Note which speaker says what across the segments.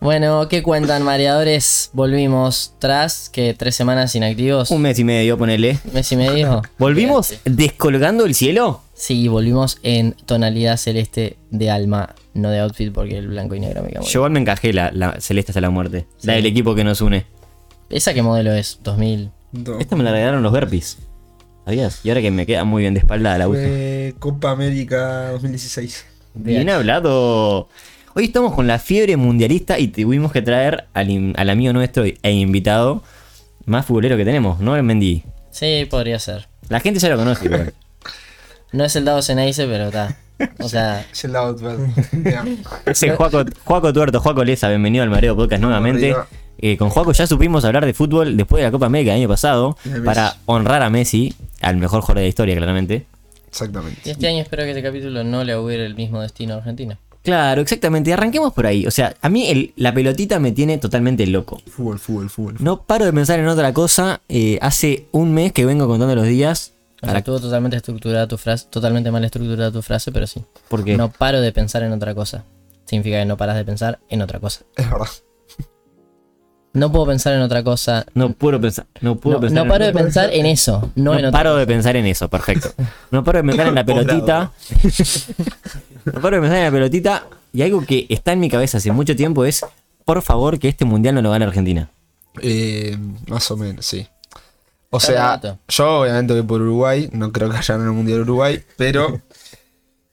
Speaker 1: Bueno, ¿qué cuentan, mareadores? Volvimos tras que tres semanas inactivos.
Speaker 2: Un mes y medio, ponele.
Speaker 1: mes y medio.
Speaker 2: ¿Volvimos
Speaker 1: Fíjate.
Speaker 2: descolgando el cielo?
Speaker 1: Sí, volvimos en tonalidad celeste de alma, no de outfit, porque el blanco y negro me cago. en-
Speaker 2: Yo igual me encajé la, la celeste hasta la muerte. La del equipo que nos une.
Speaker 1: ¿Esa qué modelo es? 2000.
Speaker 3: No.
Speaker 2: Esta me la regalaron los Verpis. ¿Sabías? Y ahora que me queda muy bien de espalda la uso.
Speaker 3: Fue Copa América 2016.
Speaker 2: Bien hablado. Hoy estamos con la fiebre mundialista y tuvimos que traer al, in- al amigo nuestro e invitado más futbolero que tenemos, ¿no? El Mendy.
Speaker 1: Sí, podría ser.
Speaker 2: La gente ya lo conoce, igual.
Speaker 1: No es el dado Cenaice, pero está. O sea,
Speaker 3: Es el Outbird. Mira,
Speaker 2: Es el Juaco, Juaco Tuerto, Juaco Leza, bienvenido al Mareo Podcast nuevamente.
Speaker 3: Arriba.
Speaker 2: Eh, con Juaco ya supimos hablar de fútbol después de la Copa América del año pasado
Speaker 3: Y de Messi.
Speaker 2: para honrar a Messi, al mejor jugador de la historia, claramente.
Speaker 1: y
Speaker 3: Exactamente.
Speaker 1: este año espero que este capítulo no le augure el mismo destino a Argentina.
Speaker 2: Claro, exactamente. y Arranquemos por ahí. O sea, a mí el- la pelotita me tiene totalmente loco.
Speaker 3: Fútbol, fútbol, fútbol.
Speaker 2: No paro de pensar en otra cosa. Eh, hace un mes que vengo contando los días.
Speaker 1: O sea,
Speaker 2: Para,
Speaker 1: estuvo totalmente estructurada tu frase, totalmente mal estructurada tu frase, pero sí.
Speaker 2: porque
Speaker 1: No paro de pensar en otra cosa. Significa que no paras de pensar en otra cosa.
Speaker 3: Es verdad.
Speaker 1: No puedo pensar en otra cosa.
Speaker 2: no puedo pensar. No puedo
Speaker 1: No,
Speaker 2: pensar
Speaker 1: no
Speaker 2: en-
Speaker 1: paro de pensar en eso, no,
Speaker 2: No
Speaker 1: en otra.
Speaker 2: paro de pensar en eso, perfecto. No paro de pensar en la pelotita. no paro de pensar en la pelotita. Y algo que está en mi cabeza hace mucho tiempo es, por favor, que este mundial no lo gane Argentina.
Speaker 3: Eh, más o menos, sí. O
Speaker 1: Está
Speaker 3: sea,
Speaker 1: barato.
Speaker 3: yo obviamente voy por Uruguay, no creo que haya en el Mundial de Uruguay, pero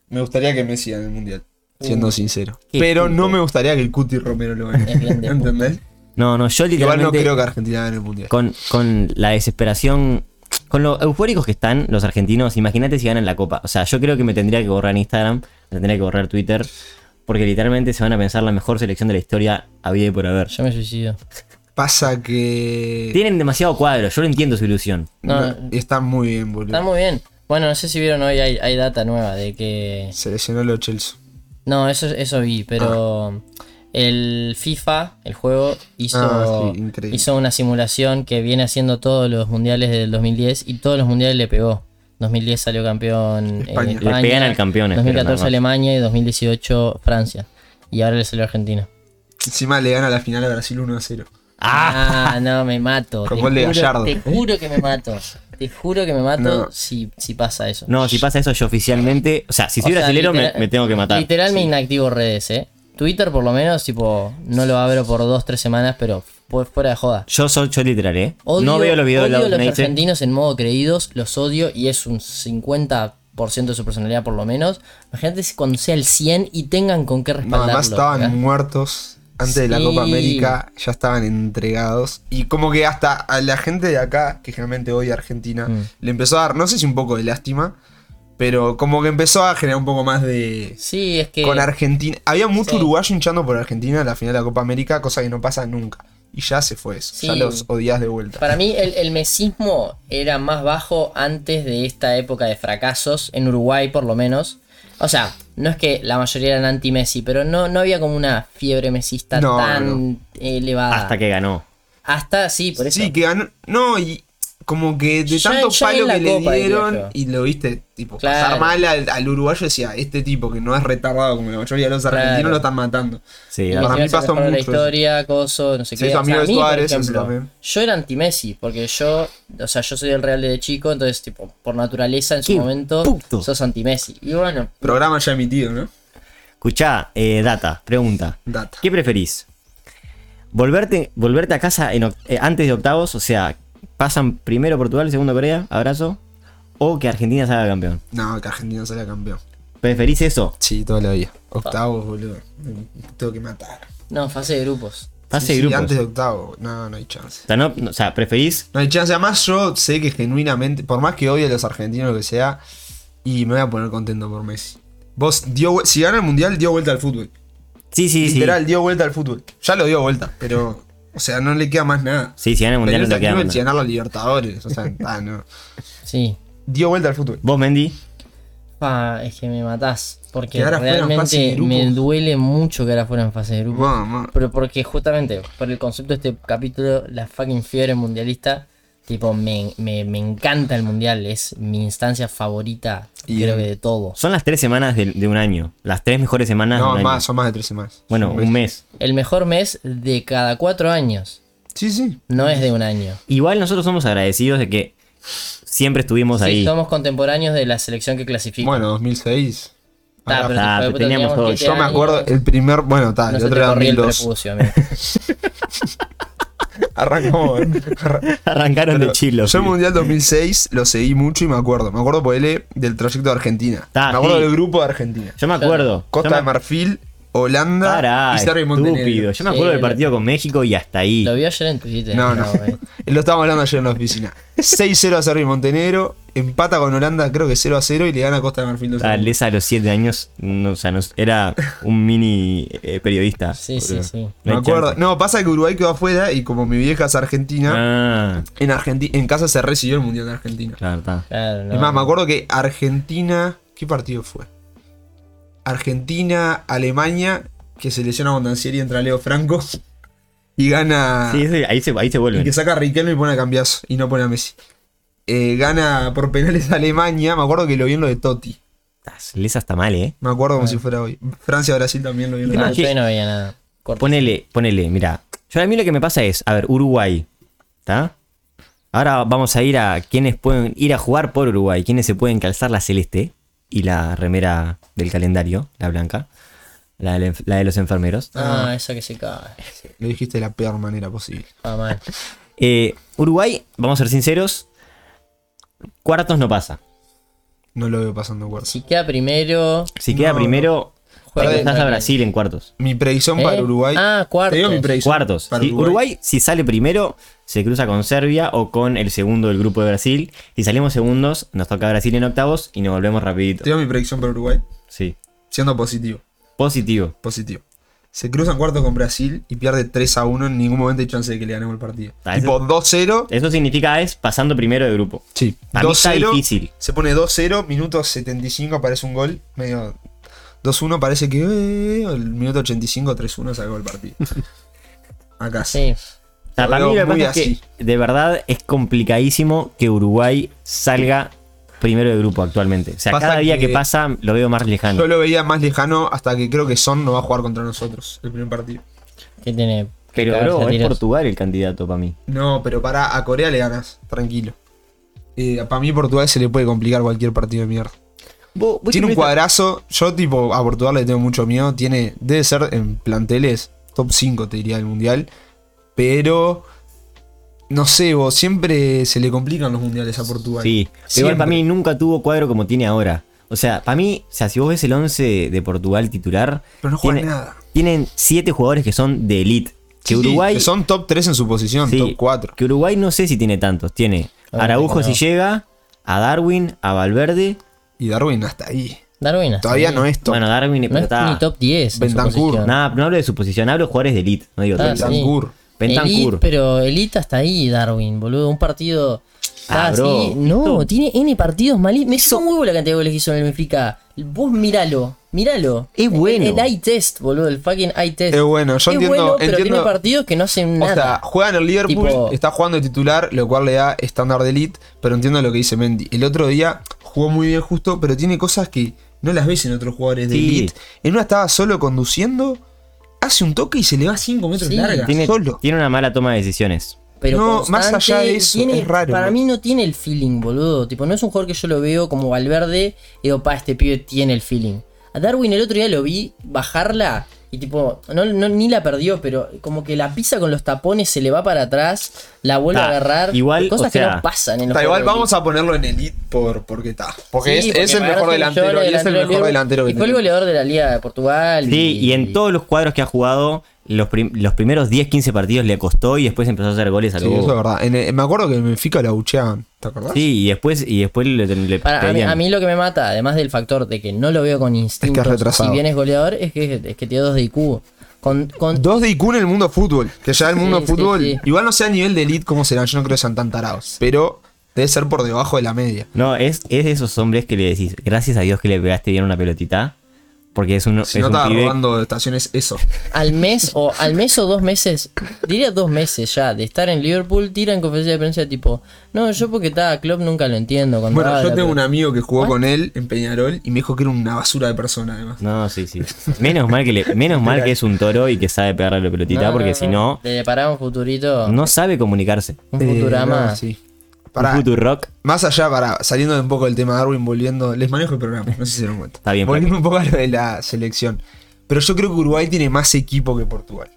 Speaker 3: me gustaría que Messi gane el Mundial, siendo sincero.
Speaker 2: Qué
Speaker 3: Pero no
Speaker 2: tipo.
Speaker 3: me gustaría que el Cuti Romero lo gane.
Speaker 1: Es bien de
Speaker 3: ¿Entendés?
Speaker 2: No, no, yo
Speaker 3: Igual no
Speaker 2: literalmente
Speaker 3: creo que Argentina gane el Mundial.
Speaker 2: con, con la desesperación, con lo eufóricos que están los argentinos, imagínate si ganan la copa. O sea, yo creo que me tendría que borrar Instagram, me tendría que borrar Twitter, porque literalmente se van a pensar la mejor selección de la historia había y por haber.
Speaker 1: Yo me suicido.
Speaker 3: Pasa que...
Speaker 2: Tienen demasiado cuadro, yo lo entiendo su ilusión.
Speaker 1: No,
Speaker 3: no, está muy bien,
Speaker 1: Está
Speaker 3: boludo.
Speaker 1: muy bien. Bueno, no sé si vieron hoy, hay, hay data nueva de que...
Speaker 3: Se lesionó lo Chelsea.
Speaker 1: No, eso, eso vi, pero el FIFA, el juego, hizo,
Speaker 3: Ah, sí, increíble.
Speaker 1: hizo una simulación que viene haciendo todos los mundiales del 2010 y todos los mundiales le pegó. 2010 salió campeón eh,
Speaker 3: España.
Speaker 1: España.
Speaker 3: Le
Speaker 2: pegan al campeón, espero, nada
Speaker 1: 2014
Speaker 2: más.
Speaker 1: Alemania y 2018 Francia. Y ahora le salió Argentina.
Speaker 3: Encima le gana la final a Brasil 1 a 0.
Speaker 1: Ah, no, me mato.
Speaker 3: Con
Speaker 1: te
Speaker 3: gol de
Speaker 1: juro-
Speaker 3: Gallardo. ¿Eh?
Speaker 1: Te juro que me mato. Te juro que me mato
Speaker 3: No.
Speaker 1: si, si pasa eso.
Speaker 2: No, si pasa eso, yo oficialmente. O sea, si soy
Speaker 1: O sea,
Speaker 2: brasilero, me,
Speaker 1: literal-
Speaker 2: me tengo que matar.
Speaker 1: Literal me inactivo redes, eh. Twitter por lo menos, tipo, no lo abro por dos, tres semanas, pero fu- fuera de joda.
Speaker 2: Yo soy yo literal, ¿eh?
Speaker 1: Odio,
Speaker 2: no veo los videos de
Speaker 1: odio
Speaker 2: la ¿eh?
Speaker 1: los
Speaker 2: Nate.
Speaker 1: argentinos en modo creídos, los odio y es un 50% de su personalidad por lo menos. Imagínate si cuando sea el 100 y tengan con qué
Speaker 3: No,
Speaker 1: respaldarlo.
Speaker 3: además estaban
Speaker 1: ¿verdad?
Speaker 3: muertos antes de la
Speaker 1: Sí.
Speaker 3: Copa América, ya estaban entregados. Y como que hasta a la gente de acá, que generalmente odia a Argentina,
Speaker 1: Mm.
Speaker 3: le empezó a dar, no sé si un poco de lástima, pero como que empezó a generar un poco más de.
Speaker 1: Sí, es que...
Speaker 3: Con Argentina. Había mucho
Speaker 1: Sí.
Speaker 3: uruguayo hinchando por Argentina en la final de la Copa América, cosa que no pasa nunca. Y ya se fue eso. Ya
Speaker 1: Sí.
Speaker 3: los odias de vuelta.
Speaker 1: Para mí el, el mesismo era más bajo antes de esta época de fracasos, en Uruguay por lo menos. O sea, no es que la mayoría eran anti-Messi, pero no, no había como una fiebre mesista
Speaker 3: No,
Speaker 1: tan elevada.
Speaker 2: Hasta que ganó.
Speaker 1: Hasta, sí, por eso.
Speaker 3: Sí, que ganó. No, y como que de
Speaker 1: Ya-
Speaker 3: tanto
Speaker 1: ya en
Speaker 3: palo
Speaker 1: la
Speaker 3: que le
Speaker 1: Copa, diría
Speaker 3: dieron
Speaker 1: yo.
Speaker 3: y lo viste, tipo,
Speaker 1: Claro.
Speaker 3: pasar mal al, al uruguayo decía, este tipo que no es retardado como la mayoría de los argentinos
Speaker 1: Claro.
Speaker 3: lo están matando.
Speaker 2: Sí,
Speaker 1: Y
Speaker 3: para
Speaker 2: ganó.
Speaker 1: Messi
Speaker 3: mí pasó
Speaker 1: mejoró La
Speaker 3: mucho eso.
Speaker 1: historia, coso, no sé
Speaker 3: Se
Speaker 1: qué.
Speaker 3: hizo amigo
Speaker 1: a
Speaker 3: de
Speaker 1: mí, por
Speaker 3: Suárez, eso
Speaker 1: ejemplo,
Speaker 3: también.
Speaker 1: Yo era anti-Messi, porque yo, o sea, yo soy del Real de chico, entonces, tipo, por naturaleza en su
Speaker 2: Qué
Speaker 1: momento,
Speaker 2: puto.
Speaker 1: sos anti-Messi. Y bueno,
Speaker 3: Programa ya emitido, ¿no?
Speaker 2: Escuchá, eh, data, pregunta.
Speaker 3: Data.
Speaker 2: ¿Qué preferís? ¿Volverte, volverte a casa en oc- eh, antes de octavos? O sea, pasan primero Portugal, segundo Corea, abrazo. ¿O que Argentina salga campeón?
Speaker 3: No, que Argentina salga campeón.
Speaker 2: ¿Preferís eso?
Speaker 3: Sí, toda la vida. Octavos, boludo. Me tengo que matar.
Speaker 1: no, fase de grupos.
Speaker 2: Pase
Speaker 3: Sí,
Speaker 2: de
Speaker 3: sí,
Speaker 2: grupos.
Speaker 3: antes de octavo. No, no hay chance.
Speaker 2: O, sea, no- no- o sea, preferís.
Speaker 3: No hay chance. Además, yo sé que genuinamente, por más que odie a los argentinos, lo que sea, y me voy a poner contento por Messi. Vos, dio, vu- si gana el mundial, dio vuelta al fútbol.
Speaker 2: Sí, sí, sí.
Speaker 3: Literal, dio vuelta al fútbol. Ya lo dio vuelta, pero. O sea, no le queda más nada.
Speaker 2: Sí, si gana el mundial
Speaker 3: Tenés
Speaker 2: no te
Speaker 3: a
Speaker 2: queda
Speaker 3: Newell's y
Speaker 2: nada.
Speaker 3: ganar los Libertadores. O sea, ah, no.
Speaker 1: Sí.
Speaker 3: Dio vuelta al fútbol.
Speaker 2: Vos, Mendy.
Speaker 1: Pa, es que me matás. Porque
Speaker 3: Quedar afuera en fase de
Speaker 1: realmente
Speaker 3: grupos.
Speaker 1: me duele mucho que ahora fuera en fase de grupo.
Speaker 3: Vamos.
Speaker 1: Pero porque justamente, por el concepto de este capítulo, la fucking fiebre mundialista, Tipo, me, me- me encanta el mundial, es mi instancia favorita,
Speaker 3: Y
Speaker 1: creo
Speaker 3: el-
Speaker 1: que de todos.
Speaker 2: Son las tres semanas de, de un año. Las tres mejores semanas de
Speaker 3: No,
Speaker 2: un
Speaker 3: más,
Speaker 2: año.
Speaker 3: son más de tres semanas.
Speaker 2: Bueno, un mes.
Speaker 1: El mejor mes de cada cuatro años,
Speaker 3: Sí, sí.
Speaker 1: no es de un año.
Speaker 2: Igual nosotros somos agradecidos de que siempre estuvimos
Speaker 1: Sí,
Speaker 2: ahí.
Speaker 1: somos contemporáneos de la selección que clasifica.
Speaker 3: Bueno, 2006.
Speaker 1: Ta, pero
Speaker 3: Ahora,
Speaker 2: ta,
Speaker 1: hijo de puta,
Speaker 2: pero Ah, teníamos
Speaker 1: teníamos
Speaker 2: todo.
Speaker 1: siete
Speaker 3: yo me
Speaker 1: años,
Speaker 3: acuerdo eh, el primer. Bueno, tal,
Speaker 1: No se
Speaker 3: el
Speaker 1: te
Speaker 3: otro era
Speaker 1: corría el
Speaker 3: 2002.
Speaker 1: prepucio, amigo.
Speaker 3: Arrancamos. eh. Arran-
Speaker 2: Arrancaron de
Speaker 3: Pero
Speaker 2: chilo.
Speaker 3: Yo el Mundial 2006 lo seguí mucho y me acuerdo. Me acuerdo por él del trayecto de Argentina.
Speaker 2: Ta,
Speaker 3: me acuerdo
Speaker 2: sí.
Speaker 3: del grupo de Argentina.
Speaker 2: Yo me acuerdo.
Speaker 3: Costa
Speaker 2: yo
Speaker 3: de
Speaker 2: me...
Speaker 3: Marfil, Holanda
Speaker 2: Pará,
Speaker 3: y eh. Serbia y Montenegro.
Speaker 2: estúpido. Yo me acuerdo
Speaker 1: Sí,
Speaker 2: del partido con México y hasta ahí.
Speaker 1: Lo vio ayer en Twitter. eh.
Speaker 3: No, no.
Speaker 1: güey.
Speaker 3: Lo estábamos hablando ayer en la oficina. 6-0 a Serbia y Montenegro. Empata con Holanda, creo que 0 a 0 y le gana a Costa de Marfil 2
Speaker 2: Tal vez a los 7 años, no, o sea, no- era un mini eh, periodista.
Speaker 1: Sí, sí,
Speaker 2: boludo.
Speaker 1: sí.
Speaker 2: No
Speaker 3: Me
Speaker 2: hay
Speaker 3: acuerdo.
Speaker 2: chance.
Speaker 3: No, pasa que Uruguay quedó afuera y como mi vieja es argentina,
Speaker 2: Ah,
Speaker 3: en, Argenti- en casa se recibió el Mundial de Argentina.
Speaker 2: claro, está.
Speaker 1: Claro, no.
Speaker 3: Es más, me acuerdo que Argentina. ¿Qué partido fue? Argentina, Alemania, que se lesiona a Bondancieri, entra Leo Franco y gana.
Speaker 2: Sí, sí, ahí se, ahí se
Speaker 3: Ah. y
Speaker 2: vuelven.
Speaker 3: que saca a Riquelme y pone a Cambiazo y no pone a Messi. Eh, gana por penales a Alemania. Me acuerdo que lo vi en lo de Totti.
Speaker 2: Estás- Lees hasta mal, eh.
Speaker 3: Me acuerdo como si fuera hoy. Francia-Brasil también lo vi en lo de
Speaker 1: Ah,
Speaker 3: Totti.
Speaker 1: yo ahí no veía nada. Corto.
Speaker 2: Ponele, ponele, mira. Yo a mí lo que me pasa es, a ver, Uruguay, ¿está? Ahora vamos a ir a quienes pueden ir a jugar por Uruguay, quienes se pueden calzar la celeste y la remera del calendario, la blanca, la de, la de los enfermeros.
Speaker 1: Ah, eso que se cae.
Speaker 3: Lo dijiste de la peor manera posible.
Speaker 1: Ah, mal.
Speaker 2: Eh, Uruguay, vamos a ser sinceros, cuartos no pasa.
Speaker 3: No lo veo pasando cuartos.
Speaker 1: Si queda primero.
Speaker 2: Si queda
Speaker 3: No,
Speaker 2: primero, te
Speaker 1: Juega
Speaker 2: cruzás a
Speaker 1: bien.
Speaker 2: Brasil en cuartos.
Speaker 3: Mi predicción
Speaker 1: ¿Eh?
Speaker 3: para Uruguay.
Speaker 1: Ah, cuartos.
Speaker 3: Te digo mi predicción.
Speaker 2: Cuartos.
Speaker 3: para
Speaker 2: ¿sí? Uruguay. si sale primero, se cruza con Serbia o con el segundo del grupo de Brasil. Si salimos segundos, nos toca Brasil en octavos y nos volvemos rapidito.
Speaker 3: Te digo mi predicción para Uruguay.
Speaker 2: Sí.
Speaker 3: Siendo positivo.
Speaker 2: Positivo.
Speaker 3: positivo. Se cruzan cuarto con Brasil y pierde 3 a 1. En ningún momento hay chance de que le ganemos el partido.
Speaker 2: Ah,
Speaker 3: tipo 2-0.
Speaker 2: Eso significa es pasando primero de grupo.
Speaker 3: Sí.
Speaker 2: Para mí está
Speaker 3: 2-0.
Speaker 2: difícil.
Speaker 3: Se pone 2-0. Minuto 75 aparece un gol. Medio 2-1 parece que. eh, el minuto 85, 3-1 se acabó el partido. Acá sí.
Speaker 1: Sí.
Speaker 2: O sea,
Speaker 3: Lo
Speaker 2: para mí
Speaker 3: veo
Speaker 2: lo que
Speaker 3: muy
Speaker 2: pasa es
Speaker 3: así.
Speaker 2: que de verdad es complicadísimo que Uruguay salga primero de grupo actualmente. O sea,
Speaker 3: Pasa
Speaker 2: cada día que...
Speaker 3: que
Speaker 2: pasa lo veo más lejano.
Speaker 3: Yo lo veía más lejano hasta que creo que Son no va a jugar contra nosotros el primer partido.
Speaker 1: ¿Qué tiene? que
Speaker 2: Pero
Speaker 1: cagarse a
Speaker 2: bro, es
Speaker 1: tiros?
Speaker 2: Portugal el candidato para mí.
Speaker 3: No, pero para a Corea le ganas, tranquilo. para mí Portugal se le puede complicar cualquier partido de mierda.
Speaker 2: Vos- vos
Speaker 3: Tiene un
Speaker 2: siempre-
Speaker 3: cuadrazo. Yo, tipo, a Portugal le tengo mucho miedo. Tiene, debe ser en planteles top 5, te diría, del mundial. Pero. No sé, vos, siempre se le complican los mundiales a Portugal.
Speaker 2: Sí, pero
Speaker 3: Siempre.
Speaker 2: igual para mí nunca tuvo cuadro como tiene ahora. O sea, para mí, o sea, si vos ves el 11 de Portugal titular,
Speaker 3: Pero no juegan
Speaker 2: tiene-
Speaker 3: nada.
Speaker 2: tienen 7 jugadores que son de elite. Que
Speaker 3: Sí, sí,
Speaker 2: Uruguay
Speaker 3: que son top 3 en su posición,
Speaker 2: Sí,
Speaker 3: top 4.
Speaker 2: Que Uruguay no sé si tiene tantos. Tiene
Speaker 1: Ah,
Speaker 2: Araujo
Speaker 1: no.
Speaker 2: si llega, a Darwin, a Valverde.
Speaker 3: Y Darwin hasta ahí.
Speaker 1: Darwin. hasta
Speaker 3: Todavía
Speaker 1: ahí.
Speaker 3: no es top.
Speaker 2: Bueno, Darwin
Speaker 1: No
Speaker 2: pero
Speaker 1: es
Speaker 2: está-
Speaker 1: ni top 10. en su
Speaker 3: Bentancur.
Speaker 1: posición.
Speaker 2: Nada, no hablo de su posición, hablo de jugadores de elite. No digo
Speaker 1: Ah,
Speaker 2: tanto.
Speaker 1: sí.
Speaker 3: Bentancur.
Speaker 2: Bentancur.
Speaker 1: Elite, pero Elite hasta ahí, Darwin, boludo. Un partido.
Speaker 2: Ah,
Speaker 1: Ah,
Speaker 2: bro,
Speaker 1: sí. No,
Speaker 2: esto-
Speaker 1: tiene N partidos malísimos. Me hizo muy buena la cantidad de goles que hizo en el Benfica. Vos míralo, míralo.
Speaker 2: Es bueno.
Speaker 1: El, el eye test, boludo, el fucking eye test.
Speaker 3: Es bueno, yo
Speaker 1: Es
Speaker 3: entiendo-
Speaker 1: bueno, pero
Speaker 3: entiendo-
Speaker 1: tiene partidos que no hacen
Speaker 3: O sea,
Speaker 1: nada.
Speaker 3: juega en el Liverpool,
Speaker 1: Tipo-
Speaker 3: está jugando de titular, lo cual le da estándar de elite, pero entiendo lo que dice Mendy. El otro día jugó muy bien justo, pero tiene cosas que no las ves en otros jugadores de
Speaker 2: Sí.
Speaker 3: elite. En una estaba solo conduciendo, hace un toque y se le va 5 metros
Speaker 1: Sí,
Speaker 3: larga,
Speaker 2: Tiene,
Speaker 3: solo.
Speaker 2: tiene una mala toma de decisiones.
Speaker 1: pero
Speaker 3: no,
Speaker 1: constante,
Speaker 3: más allá de eso,
Speaker 1: tiene-
Speaker 3: es raro,
Speaker 1: Para
Speaker 3: boludo.
Speaker 1: mí no tiene el feeling, boludo. Tipo, no es un jugador que yo lo veo como Valverde. Y digo, pa, este pibe tiene el feeling. A Darwin el otro día lo vi bajarla. Y tipo, no, no- ni la perdió, pero como que la pisa con los tapones, se le va para atrás, la vuelve
Speaker 2: Ta,
Speaker 1: a agarrar.
Speaker 2: Ah, igual,
Speaker 1: cosas
Speaker 2: o sea,
Speaker 1: que no pasan en los
Speaker 3: Está igual,
Speaker 1: jugadores
Speaker 3: vamos a ponerlo en elite por, porque está. Porque es,
Speaker 1: Sí,
Speaker 3: es el
Speaker 1: porque
Speaker 3: mejor
Speaker 1: Marcelo
Speaker 3: delantero
Speaker 1: Llorente,
Speaker 3: y es el mejor
Speaker 1: del-
Speaker 3: delantero que
Speaker 1: y fue el
Speaker 3: tenemos.
Speaker 1: goleador de la Liga de Portugal.
Speaker 2: Sí, y en todos los cuadros que ha jugado, los, prim- los primeros 10, 15 partidos le costó y después empezó a hacer goles a
Speaker 3: Sí,
Speaker 2: lo bobo.
Speaker 3: eso es verdad. En el- me acuerdo que en Benfica lo abucheaban, ¿te acordás?
Speaker 2: Sí, y después, y después le, le
Speaker 1: ¿Ah? Para- a, mí,
Speaker 2: pedían.
Speaker 1: a mí lo que me mata, además del factor de que no lo veo con instinto,
Speaker 3: retrasado.
Speaker 1: si bien es goleador, es que, es que tiene dos de IQ. Con, con-
Speaker 3: Dos de IQ en el mundo fútbol. Que ya el mundo
Speaker 1: Sí, sí,
Speaker 3: fútbol.
Speaker 1: sí.
Speaker 3: Igual no sé a nivel de elite cómo serán. Yo no creo que sean tan tarados. Pero debe ser por debajo de la media.
Speaker 2: No, es, es de esos hombres que le decís, gracias a Dios que le pegaste bien una pelotita. Porque es un,
Speaker 3: Si
Speaker 2: es
Speaker 3: no
Speaker 2: un
Speaker 3: estaba
Speaker 2: pibe-
Speaker 3: robando de estaciones, eso.
Speaker 1: Al mes o al mes o dos meses, diría dos meses ya, de estar en Liverpool, tira en conferencia de prensa tipo, no, yo porque estaba a Klopp nunca lo entiendo. Cuando
Speaker 3: Bueno, yo
Speaker 1: habla,
Speaker 3: tengo
Speaker 1: pero-
Speaker 3: un amigo que jugó con él en Peñarol y me dijo que era una basura de persona, además.
Speaker 2: No, sí, sí. Menos mal que, le- menos mal que es un toro y que sabe pegarle a la pelotita,
Speaker 1: No,
Speaker 2: porque
Speaker 1: no,
Speaker 2: si
Speaker 1: no.
Speaker 2: no,
Speaker 1: Le deparaba un futurito,
Speaker 2: no sabe comunicarse.
Speaker 1: un
Speaker 3: Eh,
Speaker 1: futurama.
Speaker 3: no, sí. Pará,
Speaker 2: Un rock
Speaker 3: Más allá, para saliendo de un poco del tema de Darwin, volviendo, les manejo el programa, no sé si se dieron cuenta.
Speaker 2: Está bien,
Speaker 3: Volviendo un poco a lo de la selección. Pero yo creo que Uruguay tiene más equipo que Portugal.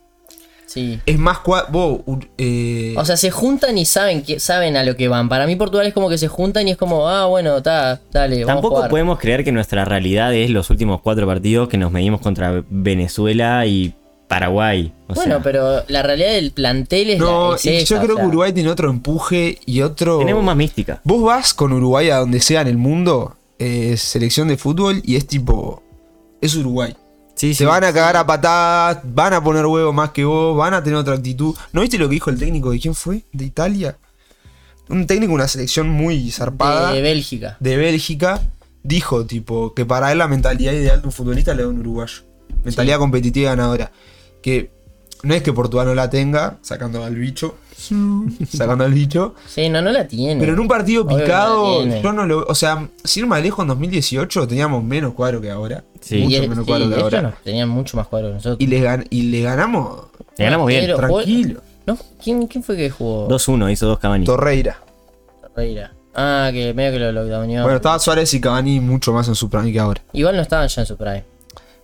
Speaker 1: Sí.
Speaker 3: Es más cua- vos, Ur- eh,
Speaker 1: O sea, se juntan y saben que saben a lo que van. Para mí Portugal es como que se juntan y es como, ah, bueno, está, dale,
Speaker 2: Tampoco
Speaker 1: vamos a jugar.
Speaker 2: podemos creer que nuestra realidad es los últimos cuatro partidos que nos medimos contra Venezuela y Paraguay. O
Speaker 1: bueno,
Speaker 2: sea,
Speaker 1: pero la realidad del plantel es
Speaker 3: no,
Speaker 1: la es
Speaker 3: y
Speaker 1: esa,
Speaker 3: yo creo
Speaker 1: o sea,
Speaker 3: que Uruguay tiene otro empuje y otro.
Speaker 2: tenemos más mística.
Speaker 3: Vos vas con Uruguay a donde sea en el mundo, eh, selección de fútbol, y es tipo. Es Uruguay.
Speaker 2: Sí,
Speaker 3: Se van a cagar a patadas, van a poner huevo más que vos, van a tener otra actitud. ¿No viste lo que dijo el técnico de quién fue? ¿De Italia? Un técnico, de una selección muy zarpada.
Speaker 1: de Bélgica.
Speaker 3: de Bélgica dijo tipo que para él la mentalidad ideal de un futbolista le da un uruguayo. Mentalidad competitiva ganadora. Que no es que Portugal no la tenga, sacando al bicho. sacando al bicho.
Speaker 1: Sí, no, no la tiene.
Speaker 3: Pero en un partido
Speaker 1: Obvio que la
Speaker 3: picado,
Speaker 1: tiene.
Speaker 3: yo no lo. O sea, sin ir más lejos, en 2018 teníamos menos cuadro que ahora.
Speaker 2: Sí.
Speaker 1: Y
Speaker 3: Mucho
Speaker 1: es-
Speaker 3: menos
Speaker 1: sí,
Speaker 3: cuadro que
Speaker 1: ellos
Speaker 3: ahora.
Speaker 1: no, tenían mucho más cuadros que nosotros.
Speaker 3: Y, les gan- y le ganamos
Speaker 2: Le ganamos bien.
Speaker 1: Pero- vos-
Speaker 3: tranquilo.
Speaker 1: ¿No? ¿Quién, quién fue que jugó?
Speaker 2: 2-1, hizo dos Cavani.
Speaker 3: Torreira.
Speaker 1: Ferreira. Ah, que medio que lo lockdowneó.
Speaker 3: Bueno, estaba Suárez y Cavani mucho más en su prime que ahora.
Speaker 1: Igual no estaban ya en su prime.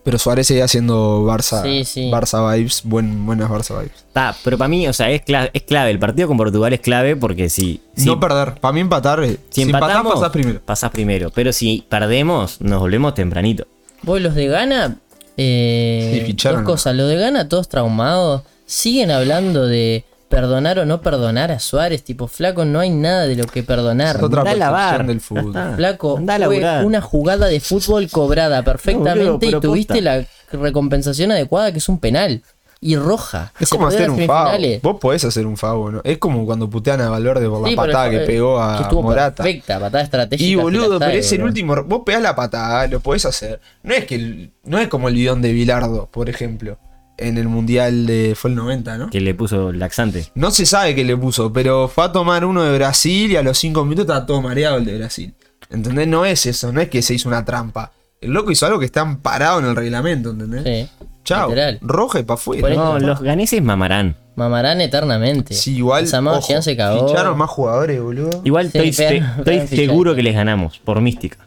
Speaker 3: Pero Suárez seguía siendo Barça,
Speaker 1: Sí, sí.
Speaker 3: Barça vibes, buen, buenas Barça vibes.
Speaker 2: Ta, pero para mí, o sea, es clave, es clave. El partido con Portugal es clave porque si, si,
Speaker 3: No perder. Para mí empatar. eh,
Speaker 2: si
Speaker 3: Si, empatás,
Speaker 2: empatamos,
Speaker 3: pasás primero.
Speaker 2: pasás primero. Pero si perdemos, nos volvemos tempranito.
Speaker 1: Vos, los de Ghana. Eh,
Speaker 3: Sí, ficharon.
Speaker 1: Dos cosas. Los de Ghana, todos traumados. Siguen hablando de perdonar o no perdonar a Suárez. Tipo, flaco, no hay nada de lo que perdonar.
Speaker 3: Es otra
Speaker 2: Andá a
Speaker 3: percepción
Speaker 2: lavar.
Speaker 3: del
Speaker 2: Ya
Speaker 3: fútbol.
Speaker 2: está.
Speaker 1: Flaco,
Speaker 2: Andá a
Speaker 1: fue
Speaker 2: laburar.
Speaker 1: una jugada de fútbol cobrada perfectamente
Speaker 2: No, boludo, pero
Speaker 1: y tuviste
Speaker 2: posta.
Speaker 1: la recompensación adecuada, que es un penal. Y roja.
Speaker 3: Es
Speaker 1: Se
Speaker 3: como
Speaker 1: perdió
Speaker 3: hacer
Speaker 1: las
Speaker 3: un favo.
Speaker 1: semifinales.
Speaker 3: Vos podés hacer un favo, ¿no? Es como cuando putean a Valverde por la
Speaker 1: Sí, pero
Speaker 3: patada que
Speaker 1: fue-
Speaker 3: pegó a
Speaker 1: que estuvo
Speaker 3: Morata.
Speaker 1: Perfecta, patada estratégica.
Speaker 3: Y boludo, pero es el
Speaker 1: último
Speaker 3: último. error. Vos pegás la patada, lo podés hacer. No es que el- no es como el bidón de Bilardo, por ejemplo, en el mundial de fue el 90, ¿no?
Speaker 2: Que le puso laxante.
Speaker 3: No se sabe qué le puso, pero fue a tomar uno de Brasil y a los 5 minutos estaba todo mareado el de Brasil. ¿Entendés? No es eso, no es que se hizo una trampa. El loco hizo algo que está amparado en el reglamento, ¿entendés?
Speaker 1: Sí.
Speaker 3: Chao.
Speaker 1: Literal.
Speaker 3: Roja y pa' afuera.
Speaker 1: Por
Speaker 2: No,
Speaker 1: eso.
Speaker 2: los ganeses mamarán.
Speaker 1: Mamarán eternamente.
Speaker 3: Sí, igual.
Speaker 1: Samuel
Speaker 3: ojo,
Speaker 1: Jean se cagó.
Speaker 3: Ficharon más jugadores, boludo.
Speaker 2: Igual
Speaker 1: Sí,
Speaker 2: estoy,
Speaker 1: vean-
Speaker 2: se- estoy
Speaker 1: vean fichajes.
Speaker 2: seguro que les ganamos, por mística.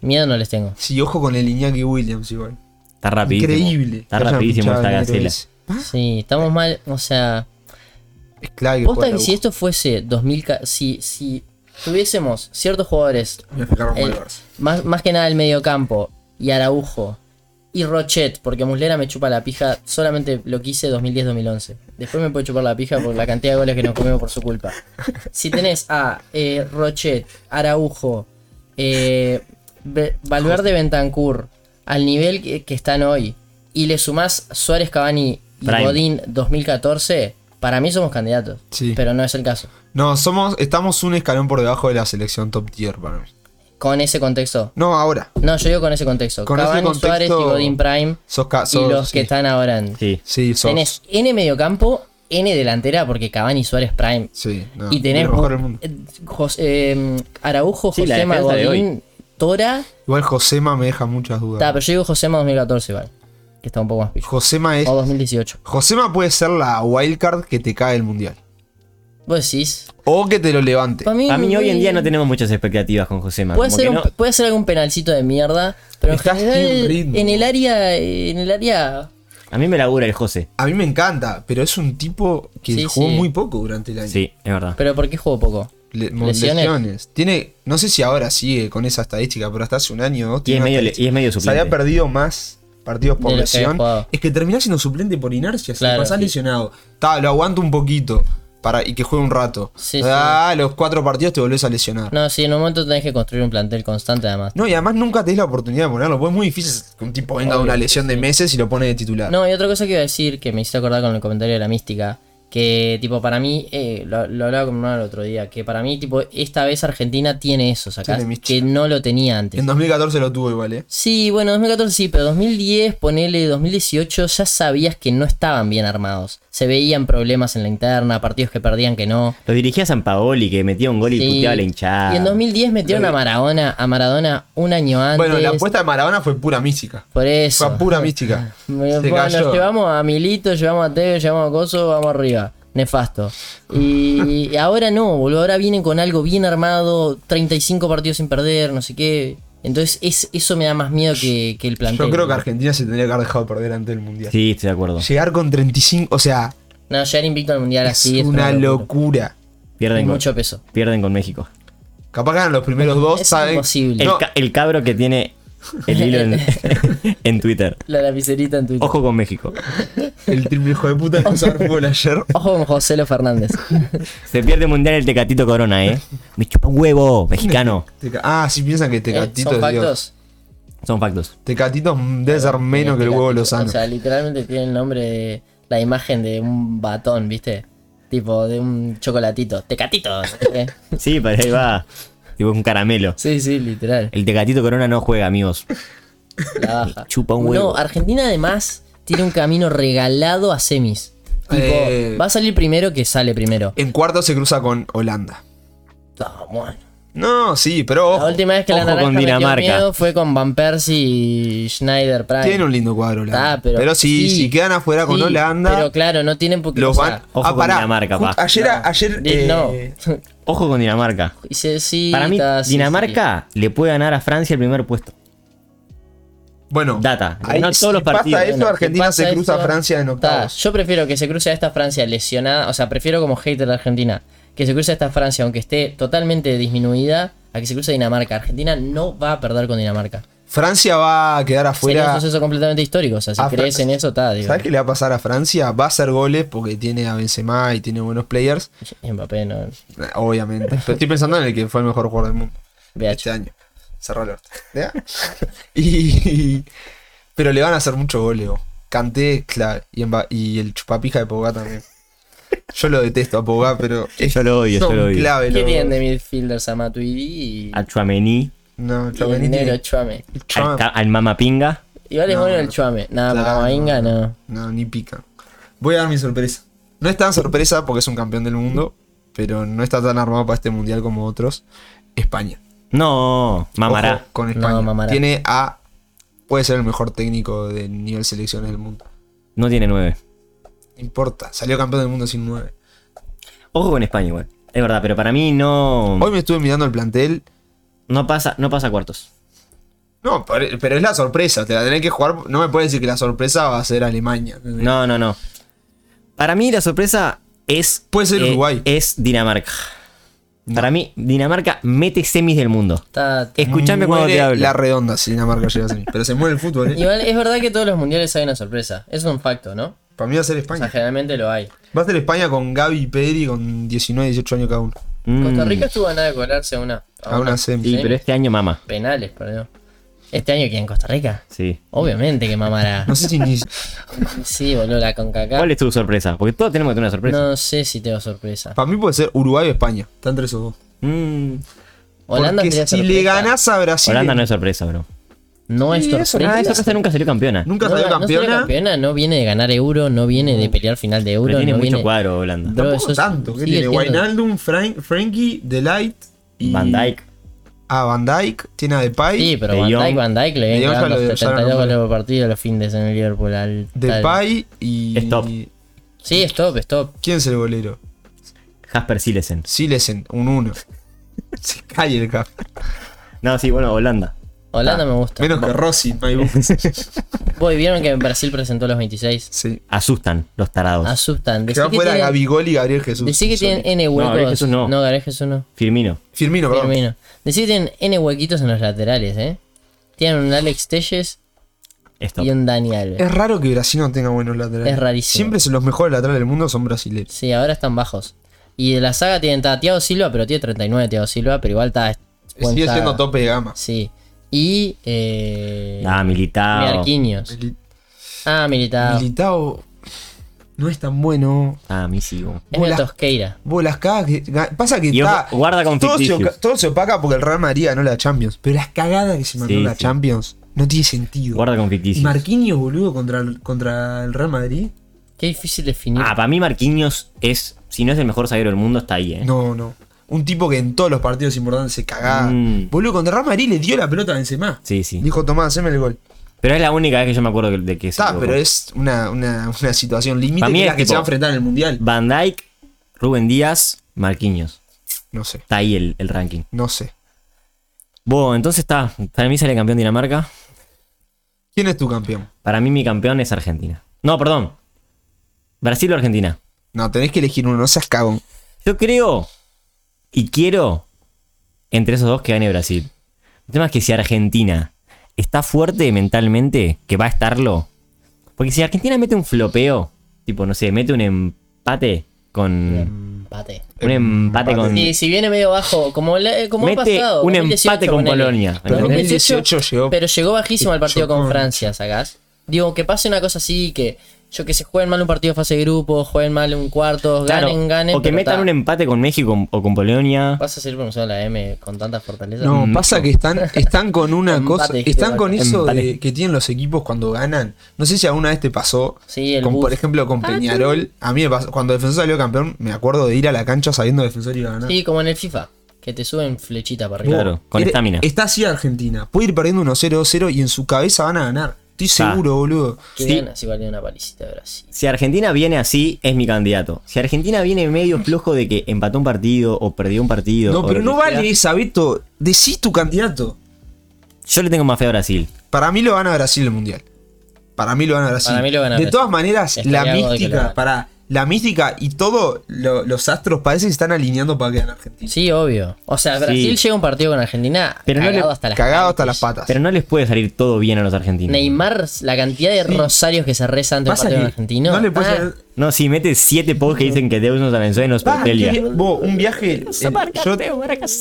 Speaker 1: Miedo no les tengo.
Speaker 3: Sí, ojo con el Iñaki Williams, igual.
Speaker 2: Está rapidísimo.
Speaker 3: Increíble.
Speaker 2: Está
Speaker 3: que hayan
Speaker 2: rapidísimo
Speaker 3: fichado
Speaker 2: esta
Speaker 3: al negro
Speaker 2: gacela.
Speaker 3: ese.
Speaker 1: Sí, estamos mal. O sea,
Speaker 3: Es clave que
Speaker 1: posta
Speaker 3: juegue
Speaker 1: que
Speaker 3: la
Speaker 1: si
Speaker 3: U.
Speaker 1: esto fuese 2000. ca- Si, si tuviésemos ciertos jugadores,
Speaker 3: Me fijaron con
Speaker 1: el-
Speaker 3: el Barça.
Speaker 1: más, más que nada el mediocampo y Araujo y Rochet, porque Muslera me chupa la pija. Solamente lo quise 2010-2011. Después me puede chupar la pija por la cantidad de goles que nos comimos por su culpa. Si tenés a eh, Rochet, Araujo, eh, Be- Valverde Bentancur al nivel que, que están hoy y le sumás Suárez Cavani y
Speaker 2: Prime.
Speaker 1: Godín 2014, para mí somos candidatos.
Speaker 3: Sí.
Speaker 1: Pero no es el caso.
Speaker 3: No, somos, estamos un escalón por debajo de la selección top tier para mí.
Speaker 1: Con ese contexto.
Speaker 3: No, ahora.
Speaker 1: No, yo digo con ese contexto.
Speaker 3: Con ese
Speaker 1: Cavani,
Speaker 3: contexto-
Speaker 1: Suárez y Godín Prime.
Speaker 3: Sos ca-
Speaker 1: y
Speaker 3: sos-
Speaker 1: los
Speaker 3: sí.
Speaker 1: que están ahora en.
Speaker 2: Sí.
Speaker 3: Sí, sos.
Speaker 1: Tenés N mediocampo, N delantera, porque Cavani Suárez Prime.
Speaker 3: Sí, no,
Speaker 1: y
Speaker 3: de
Speaker 1: tenés
Speaker 3: lo mejor del mundo.
Speaker 1: eh, José- eh, Araujo,
Speaker 2: Sí, la
Speaker 1: Josema
Speaker 2: defensa de
Speaker 1: Godín, Tora.
Speaker 3: Igual Josema me deja muchas dudas.
Speaker 1: Ta, pero yo digo Josema 2014 igual. Que está un poco más pijo.
Speaker 3: Josema es.
Speaker 1: O 2018.
Speaker 3: Josema puede ser la wildcard que te cae el mundial.
Speaker 1: Vos decís.
Speaker 3: O que te lo levante.
Speaker 1: Pa'
Speaker 2: A mí hoy en día no
Speaker 1: te
Speaker 2: tenemos muchas expectativas con Josema.
Speaker 1: Puede
Speaker 2: como
Speaker 1: ser,
Speaker 2: que
Speaker 1: un-
Speaker 2: no-
Speaker 1: puede ser algún penalcito de mierda, pero en
Speaker 3: Estás
Speaker 1: general,
Speaker 3: sin ritmo.
Speaker 1: en el área, en el área,
Speaker 2: A mí me labura el José.
Speaker 3: A mí me encanta, pero es un tipo que
Speaker 1: Sí,
Speaker 3: jugó
Speaker 1: sí.
Speaker 3: muy poco durante el año.
Speaker 2: Sí, es verdad.
Speaker 1: pero ¿por qué jugó poco?
Speaker 3: Le- mo-
Speaker 1: Lesiones.
Speaker 3: lesiones. Tiene, no sé si ahora sigue con esa estadística, pero hasta hace un año o dos
Speaker 2: Y es
Speaker 3: una
Speaker 2: medio,
Speaker 3: estadística.
Speaker 2: y es medio
Speaker 3: Se había
Speaker 2: suplente.
Speaker 3: perdido más partidos por
Speaker 1: De lo que había
Speaker 3: lesión.
Speaker 1: jugado.
Speaker 3: Es que terminás siendo suplente por inercia. Si
Speaker 1: Claro,
Speaker 3: pasás
Speaker 1: sí.
Speaker 3: lesionado, Ta, lo aguanto un poquito para, y que juegue un rato.
Speaker 1: Sí,
Speaker 3: ah, los cuatro partidos te volvés a lesionar. No.
Speaker 1: No, sí, en un momento tenés que construir un plantel constante además.
Speaker 3: y además nunca te des la oportunidad de ponerlo. Porque es muy difícil que un tipo venga de una lesión de meses y lo pone de titular.
Speaker 1: No, y otra cosa que iba a decir que me hiciste acordar con el comentario de la mística, Que tipo, para mí, eh, lo, lo hablaba con mi hermano el otro día, que para mí, tipo, esta vez Argentina tiene eso, ¿sacás?
Speaker 3: Tiene micha.
Speaker 1: que no lo tenía antes.
Speaker 3: En 2014 lo tuvo igual, ¿eh?
Speaker 1: Sí, bueno, 2014 sí, pero 2010, ponele 2018, ya sabías que no estaban bien armados. Se veían problemas en la interna, partidos que perdían que no.
Speaker 2: Lo dirigía a San Paoli, que metía un gol y
Speaker 1: Sí.
Speaker 2: puteaba a la hinchada.
Speaker 1: Y en 2010 metieron a Maradona, a Maradona un año antes.
Speaker 3: Bueno, la apuesta de Maradona fue pura mística.
Speaker 1: Por eso.
Speaker 3: Fue pura mística.
Speaker 1: Me-
Speaker 3: Se
Speaker 1: bueno,
Speaker 3: cayó.
Speaker 1: llevamos a Milito, llevamos a Tevez, llevamos a Coso, vamos arriba. Nefasto. Y, y ahora no, boludo. Ahora vienen con algo bien armado, 35 partidos sin perder, no sé qué. Entonces es, eso me da más miedo que, que el plantel.
Speaker 3: Yo creo que Argentina se tendría que haber dejado perder ante el Mundial.
Speaker 2: Sí, estoy de acuerdo.
Speaker 3: Llegar con 35, o sea,
Speaker 1: No, llegar invicto al mundial
Speaker 3: es
Speaker 1: así es
Speaker 3: una
Speaker 1: locura.
Speaker 3: locura.
Speaker 1: Hay
Speaker 2: Pierden, con,
Speaker 1: mucho peso.
Speaker 2: pierden con México.
Speaker 3: Capaz ganan los primeros dos,
Speaker 1: Es
Speaker 3: ¿saben?
Speaker 1: imposible.
Speaker 2: El,
Speaker 3: No,
Speaker 2: ca- el cabro que tiene el hilo en, en Twitter.
Speaker 1: La lapicerita en Twitter. Ojo,
Speaker 2: Ojo con México.
Speaker 3: el triple hijo de puta que usaba fútbol ayer.
Speaker 1: con José Lo Fernández.
Speaker 3: Este
Speaker 2: Se pierde mundial el Tecatito Corona, ¿eh? Me chupa un huevo, mexicano.
Speaker 3: Teca- Ah, sí piensan que
Speaker 1: Eh,
Speaker 3: Tecatito
Speaker 1: ¿Son
Speaker 3: es Dios.
Speaker 1: factos?
Speaker 2: Son factos.
Speaker 3: Tecatito mm, debe ser menos que el huevo lozano.
Speaker 1: O sea, literalmente tiene el nombre de la imagen de un batón, ¿viste? Tipo de un chocolatito. Tecatito. ¿eh?
Speaker 2: Sí, para ahí va. Tipo un caramelo.
Speaker 1: sí, sí, literal.
Speaker 2: El Tecatito Corona no juega, amigos.
Speaker 1: La baja.
Speaker 2: chupa un huevo.
Speaker 1: No, Argentina además tiene un camino regalado a semis. Tipo,
Speaker 3: Eh.
Speaker 1: va a salir primero que sale primero.
Speaker 3: En cuarto se cruza con Holanda.
Speaker 1: No, bueno.
Speaker 3: No, sí, pero
Speaker 1: La
Speaker 3: ojo,
Speaker 1: última vez que la
Speaker 2: ojo con
Speaker 1: naranja metió
Speaker 2: Dinamarca.
Speaker 1: miedo fue con Van Persie y Schneider Prime.
Speaker 3: tiene un lindo cuadro Holanda.
Speaker 1: Ah,
Speaker 3: pero,
Speaker 1: pero,
Speaker 3: sí, si quedan afuera con
Speaker 1: sí,
Speaker 3: Holanda,
Speaker 1: Pero claro, no tienen porque
Speaker 3: los
Speaker 1: o
Speaker 3: van
Speaker 1: sea,
Speaker 2: ojo con Dinamarca,
Speaker 3: Ju-
Speaker 2: pa.
Speaker 3: Ayer, ayer
Speaker 1: di-
Speaker 3: eh,
Speaker 1: no.
Speaker 2: Ojo con Dinamarca.
Speaker 1: Y se- sí,
Speaker 2: Para mí,
Speaker 1: está- sí,
Speaker 2: Dinamarca le puede ganar a Francia el primer puesto.
Speaker 3: Bueno,
Speaker 2: Data.
Speaker 3: ahí,
Speaker 2: No todos
Speaker 3: si
Speaker 2: los partidos.
Speaker 3: Pasa eso,
Speaker 1: Bueno,
Speaker 3: Argentina
Speaker 1: si pasa
Speaker 3: se cruza a
Speaker 1: eso,
Speaker 3: Francia
Speaker 1: sí.
Speaker 3: en
Speaker 1: Ta,
Speaker 3: octavos.
Speaker 1: yo prefiero que se cruce a esta Francia lesionada, o sea, prefiero como hater de Argentina, que se cruce a esta Francia aunque esté totalmente disminuida, a que se cruce a Dinamarca. Argentina no va a perder con Dinamarca.
Speaker 3: Francia va a quedar
Speaker 1: Sería un
Speaker 3: afuera.
Speaker 1: proceso completamente histórico, o sea, si
Speaker 3: a
Speaker 1: crees
Speaker 3: Fran-
Speaker 1: en eso, está, digo.
Speaker 3: ¿Sabes qué le va a pasar a Francia? Va a hacer goles porque tiene a Benzema y tiene buenos players.
Speaker 1: Mbappé no.
Speaker 3: Eh, Obviamente. Pero estoy pensando en el que fue el mejor jugador del mundo
Speaker 1: Beach.
Speaker 3: este año. Cerró el orto. ¿Ya? y, pero le van a hacer muchos goles. vos. Kanté es clave. Y, Mba- y el chupapija de Pogba también. Yo lo detesto a Pogba, pero. es-
Speaker 2: Yo lo odio, yo
Speaker 3: son
Speaker 2: lo odio.
Speaker 3: clave
Speaker 1: ¿Qué
Speaker 3: los
Speaker 1: tienen de
Speaker 3: dos.
Speaker 1: midfielders a Matuidi y,
Speaker 2: A Chuamení,
Speaker 3: No,
Speaker 1: y el
Speaker 3: Chouameni tiene-
Speaker 1: negro Chuame?
Speaker 2: al,
Speaker 3: Chouameni-
Speaker 2: ca- al Mama Pinga.
Speaker 1: Igual es
Speaker 3: No,
Speaker 1: bueno el
Speaker 3: no.
Speaker 1: Chuame. Nada,
Speaker 3: Claro,
Speaker 1: para Camavinga no.
Speaker 3: No, ni pica. Voy a dar mi sorpresa. No es tan sorpresa porque es un campeón del mundo, pero no está tan armado para este mundial como otros. España.
Speaker 2: No, mamará.
Speaker 3: Ojo con España.
Speaker 1: No, mamará.
Speaker 3: Tiene a. Puede ser el mejor técnico del nivel selecciones del mundo.
Speaker 2: No tiene nueve.
Speaker 3: No importa. Salió campeón del mundo sin 9.
Speaker 2: Ojo con España igual. Es verdad, pero para mí no,
Speaker 3: Hoy me estuve mirando el plantel.
Speaker 2: no, pasa, no pasa a cuartos.
Speaker 3: No, pero pero es la sorpresa. Te la tenés que jugar. No me puedes decir que la sorpresa va a ser Alemania. ¿entendés?
Speaker 2: No, no, no. Para mí la sorpresa es. eh,
Speaker 3: Puede ser Uruguay.
Speaker 2: Es Dinamarca. Para mí, Dinamarca mete semis del mundo.
Speaker 1: Está-
Speaker 2: Escuchame cuando
Speaker 3: Muere
Speaker 2: te hablo.
Speaker 3: La redonda si Dinamarca llega a semi. Pero se muere el fútbol. ¿eh?
Speaker 1: Igual es verdad que todos los mundiales hay una sorpresa. Es un facto, ¿no?
Speaker 3: Para mí va a ser
Speaker 1: O sea,
Speaker 3: España.
Speaker 1: generalmente lo hay.
Speaker 3: Va a ser España con Gaby y Pedri con 19, 18 años cada uno.
Speaker 2: Mm.
Speaker 1: Costa Rica estuvo a nada de colarse a una.
Speaker 3: A una semi.
Speaker 2: Sí, pero este año mama.
Speaker 1: Penales, perdón. ¿Este año quién? ¿Costa Rica?
Speaker 2: Sí.
Speaker 1: Obviamente que mamará.
Speaker 3: No sé si ni.
Speaker 1: Sí, boludo, la CONCACAF.
Speaker 2: ¿Cuál es tu sorpresa? Porque todos tenemos que tener una sorpresa.
Speaker 1: No sé si tengo sorpresa.
Speaker 3: Para mí puede ser Uruguay o España. Están entre esos dos.
Speaker 2: Mm.
Speaker 1: Holanda
Speaker 3: Porque
Speaker 1: sería
Speaker 3: si
Speaker 1: sorpresa.
Speaker 3: le ganás a Brasil.
Speaker 2: Holanda no es sorpresa, bro.
Speaker 1: No es
Speaker 3: Sí, eso,
Speaker 1: sorpresa.
Speaker 2: Ah, esa sorpresa nunca salió campeona.
Speaker 3: Nunca
Speaker 1: No,
Speaker 3: salió
Speaker 1: no salió
Speaker 3: campeona.
Speaker 1: campeona, no viene de ganar euro, no viene de pelear final de euro.
Speaker 2: Pero tiene
Speaker 1: no
Speaker 2: mucho
Speaker 1: viene...
Speaker 2: cuadro, Holanda.
Speaker 1: Bro,
Speaker 3: Tampoco
Speaker 1: eso es-
Speaker 3: tanto. ¿Qué
Speaker 1: sigue
Speaker 3: tiene?
Speaker 1: siendo-
Speaker 3: Wijnaldum, Frank- Frankie, Delight y.
Speaker 2: Van Dyke.
Speaker 3: Ah, Van Dyke. Tiene a Depay.
Speaker 1: Sí, pero
Speaker 2: De
Speaker 1: Van
Speaker 2: Jong.
Speaker 1: Dijk, Van Dijk le
Speaker 3: De
Speaker 1: viene
Speaker 3: Jong ya
Speaker 1: ganando
Speaker 3: lo- ya lo
Speaker 1: 72
Speaker 3: nombré.
Speaker 1: goles por partido los findes en el Liverpool. Al, tal-
Speaker 3: Depay y.
Speaker 2: Stop.
Speaker 1: Sí, stop, stop.
Speaker 3: ¿Quién es el bolero?
Speaker 2: Jasper Silesen.
Speaker 3: Silesen, un 1. Se cae el cap.
Speaker 2: No, sí, bueno, Holanda.
Speaker 3: Ah,
Speaker 1: Holanda me gusta.
Speaker 3: Menos que Rossi, my book.
Speaker 1: Voy, vieron que en Brasil presentó los 26.
Speaker 3: Sí.
Speaker 2: Asustan los tarados.
Speaker 1: Asustan.
Speaker 3: Que
Speaker 1: Decí
Speaker 3: va
Speaker 1: que,
Speaker 3: fuera
Speaker 1: tienen,
Speaker 3: Gabigol y Gabriel Jesús.
Speaker 1: decí que tienen N
Speaker 2: No,
Speaker 1: huecos.
Speaker 2: Gabriel Jesús no.
Speaker 1: No, Gabriel Jesús no.
Speaker 2: Firmino.
Speaker 3: Firmino, perdón.
Speaker 1: Firmino. Decí que tienen N huequitos en los laterales, ¿eh? Tienen un Alex Telles
Speaker 2: Stop.
Speaker 1: y un Dani Alves.
Speaker 3: Es raro que Brasil no tenga buenos laterales.
Speaker 1: Es rarísimo.
Speaker 3: Siempre son los mejores laterales del mundo son brasileños.
Speaker 1: Sí, ahora están bajos. Y de la saga tienen a Thiago Silva, pero tiene 39 Thiago Silva, pero igual está. buen
Speaker 3: Sigue
Speaker 1: saga.
Speaker 3: siendo tope de gama.
Speaker 1: Sí. Y. Eh,
Speaker 2: Ah, militado.
Speaker 1: Arquinios.
Speaker 3: Mili-
Speaker 1: Ah, Militao.
Speaker 3: Militao. no es tan bueno.
Speaker 2: Ah, a mí sí, bueno.
Speaker 1: Es
Speaker 3: Bolas-
Speaker 1: una tosqueira.
Speaker 3: Vos las cagas que. ga- Pasa que
Speaker 2: Y
Speaker 3: está.
Speaker 2: ojo, guarda con
Speaker 3: todo se,
Speaker 2: ficticios.
Speaker 3: oca- todo se opaca porque el Real Madrid ganó la Champions. Pero las cagadas que se mandó
Speaker 2: Sí,
Speaker 3: la
Speaker 2: sí.
Speaker 3: Champions no tiene sentido.
Speaker 2: Guarda con
Speaker 3: y
Speaker 2: ficticios.
Speaker 3: Marquinhos, boludo, contra el, contra el Real Madrid.
Speaker 1: Qué difícil definir.
Speaker 2: Ah, para mí Marquinhos es, si no es el mejor zaguero del mundo, está ahí, eh.
Speaker 3: No, no. Un tipo que en todos los partidos importantes se cagaba.
Speaker 2: Mm.
Speaker 3: Boludo, contra el Real Madrid le dio la pelota a Benzema.
Speaker 2: Sí, sí.
Speaker 3: Dijo, Tomás, haceme el gol.
Speaker 2: Pero es la única vez que yo me acuerdo que- de que se
Speaker 3: Está,
Speaker 2: equivocó.
Speaker 3: pero es una, una, una situación límite
Speaker 2: Pa' mí
Speaker 3: que es
Speaker 2: es
Speaker 3: la que
Speaker 2: tipo- Mm.
Speaker 3: se va a enfrentar en el Mundial.
Speaker 2: Van Dyke, Rubén Díaz, Marquinhos.
Speaker 3: No sé,
Speaker 2: Está ahí el, el ranking.
Speaker 3: no sé.
Speaker 2: Bueno, entonces está. Para mí sale campeón Dinamarca.
Speaker 3: ¿Quién es tu campeón?
Speaker 2: Para mí mi campeón es Argentina. No, perdón. Brasil o Argentina.
Speaker 3: No, tenés que elegir uno, no seas cagón.
Speaker 2: Yo creo y quiero entre esos dos que gane Brasil. El tema es que si Argentina está fuerte mentalmente, que va a estarlo. Porque si Argentina mete un flopeo, tipo, no sé, mete un empate con.
Speaker 1: Empate.
Speaker 2: Un
Speaker 3: Em,
Speaker 2: empate con.
Speaker 1: Y si viene medio bajo, como, le- como ha
Speaker 2: Mm. Mete
Speaker 1: pasado.
Speaker 2: un
Speaker 1: 2018
Speaker 2: empate con
Speaker 1: ponele.
Speaker 2: Polonia.
Speaker 3: Pero
Speaker 2: ¿entendés?
Speaker 3: 2018 llegó.
Speaker 1: Pero llegó bajísimo al partido
Speaker 3: Chocó.
Speaker 1: con Francia, sacás. Digo, que pase una cosa así, que yo que se jueguen mal un partido de fase de grupo, jueguen mal un cuarto,
Speaker 2: Claro,
Speaker 1: ganen, ganen.
Speaker 2: o que
Speaker 1: pero
Speaker 2: metan
Speaker 1: ta,
Speaker 2: un em- empate con México o con Polonia.
Speaker 1: Vas a seguir pronunciando la M con tanta fortaleza.
Speaker 3: No,
Speaker 2: Mm,
Speaker 3: pasa que están, están con una
Speaker 1: Empate,
Speaker 3: cosa.
Speaker 1: dijiste,
Speaker 3: Están con
Speaker 2: Walter.
Speaker 3: eso de
Speaker 2: Empate.
Speaker 3: que tienen los equipos cuando ganan. No sé si alguna vez te pasó.
Speaker 1: Sí, el
Speaker 3: con,
Speaker 1: bus.
Speaker 3: por ejemplo, con Peñarol. A mí me pasó. Cuando Defensor salió campeón, me acuerdo de ir a la cancha sabiendo que Defensor iba a ganar.
Speaker 1: Sí, como en el FIFA, que te suben flechita para arriba.
Speaker 2: Claro, con
Speaker 3: Era-
Speaker 2: estamina.
Speaker 3: Está así Argentina. Puede ir perdiendo 1-0, 2-0 y en su cabeza van a ganar. Estoy
Speaker 2: Está.
Speaker 3: seguro, boludo.
Speaker 1: Que
Speaker 2: Sí.
Speaker 1: ganas igual de una palicita de Brasil.
Speaker 2: Si Argentina viene así, es mi candidato. Si Argentina viene medio flojo de que empató un partido o perdió un partido.
Speaker 3: No,
Speaker 2: o
Speaker 3: pero
Speaker 2: lo
Speaker 3: no
Speaker 2: que sea,
Speaker 3: vale esa, Beto. Decís tu candidato.
Speaker 2: Yo le tengo más fe a Brasil.
Speaker 3: Para mí lo gana Brasil el mundial. Para mí lo gana Brasil.
Speaker 1: Para mí lo gana
Speaker 3: de
Speaker 1: Brasil.
Speaker 3: todas maneras,
Speaker 1: Estaría
Speaker 3: la
Speaker 1: algo de que lo
Speaker 3: mística,
Speaker 1: gane.
Speaker 3: para la mística y todos los astros parece que están alineando para que gane Argentina.
Speaker 1: Sí, obvio. O sea,
Speaker 2: Sí.
Speaker 1: Brasil llega a un partido con Argentina
Speaker 2: Pero no
Speaker 1: cagado
Speaker 2: le-
Speaker 1: hasta las
Speaker 3: Cagado
Speaker 1: patas.
Speaker 3: hasta las patas.
Speaker 2: Pero no les puede salir todo bien a los argentinos.
Speaker 1: Neymar, la cantidad de rosarios que se reza ante un
Speaker 3: Pasa
Speaker 1: partido
Speaker 3: que
Speaker 1: argentino.
Speaker 3: no le puedes
Speaker 1: Ah,
Speaker 3: hacer-
Speaker 2: No, si mete siete posts que dicen que Deus nos avanzó y nos
Speaker 1: Ah,
Speaker 3: Pasa
Speaker 2: pelia.
Speaker 3: que, vos, un viaje. eh, yo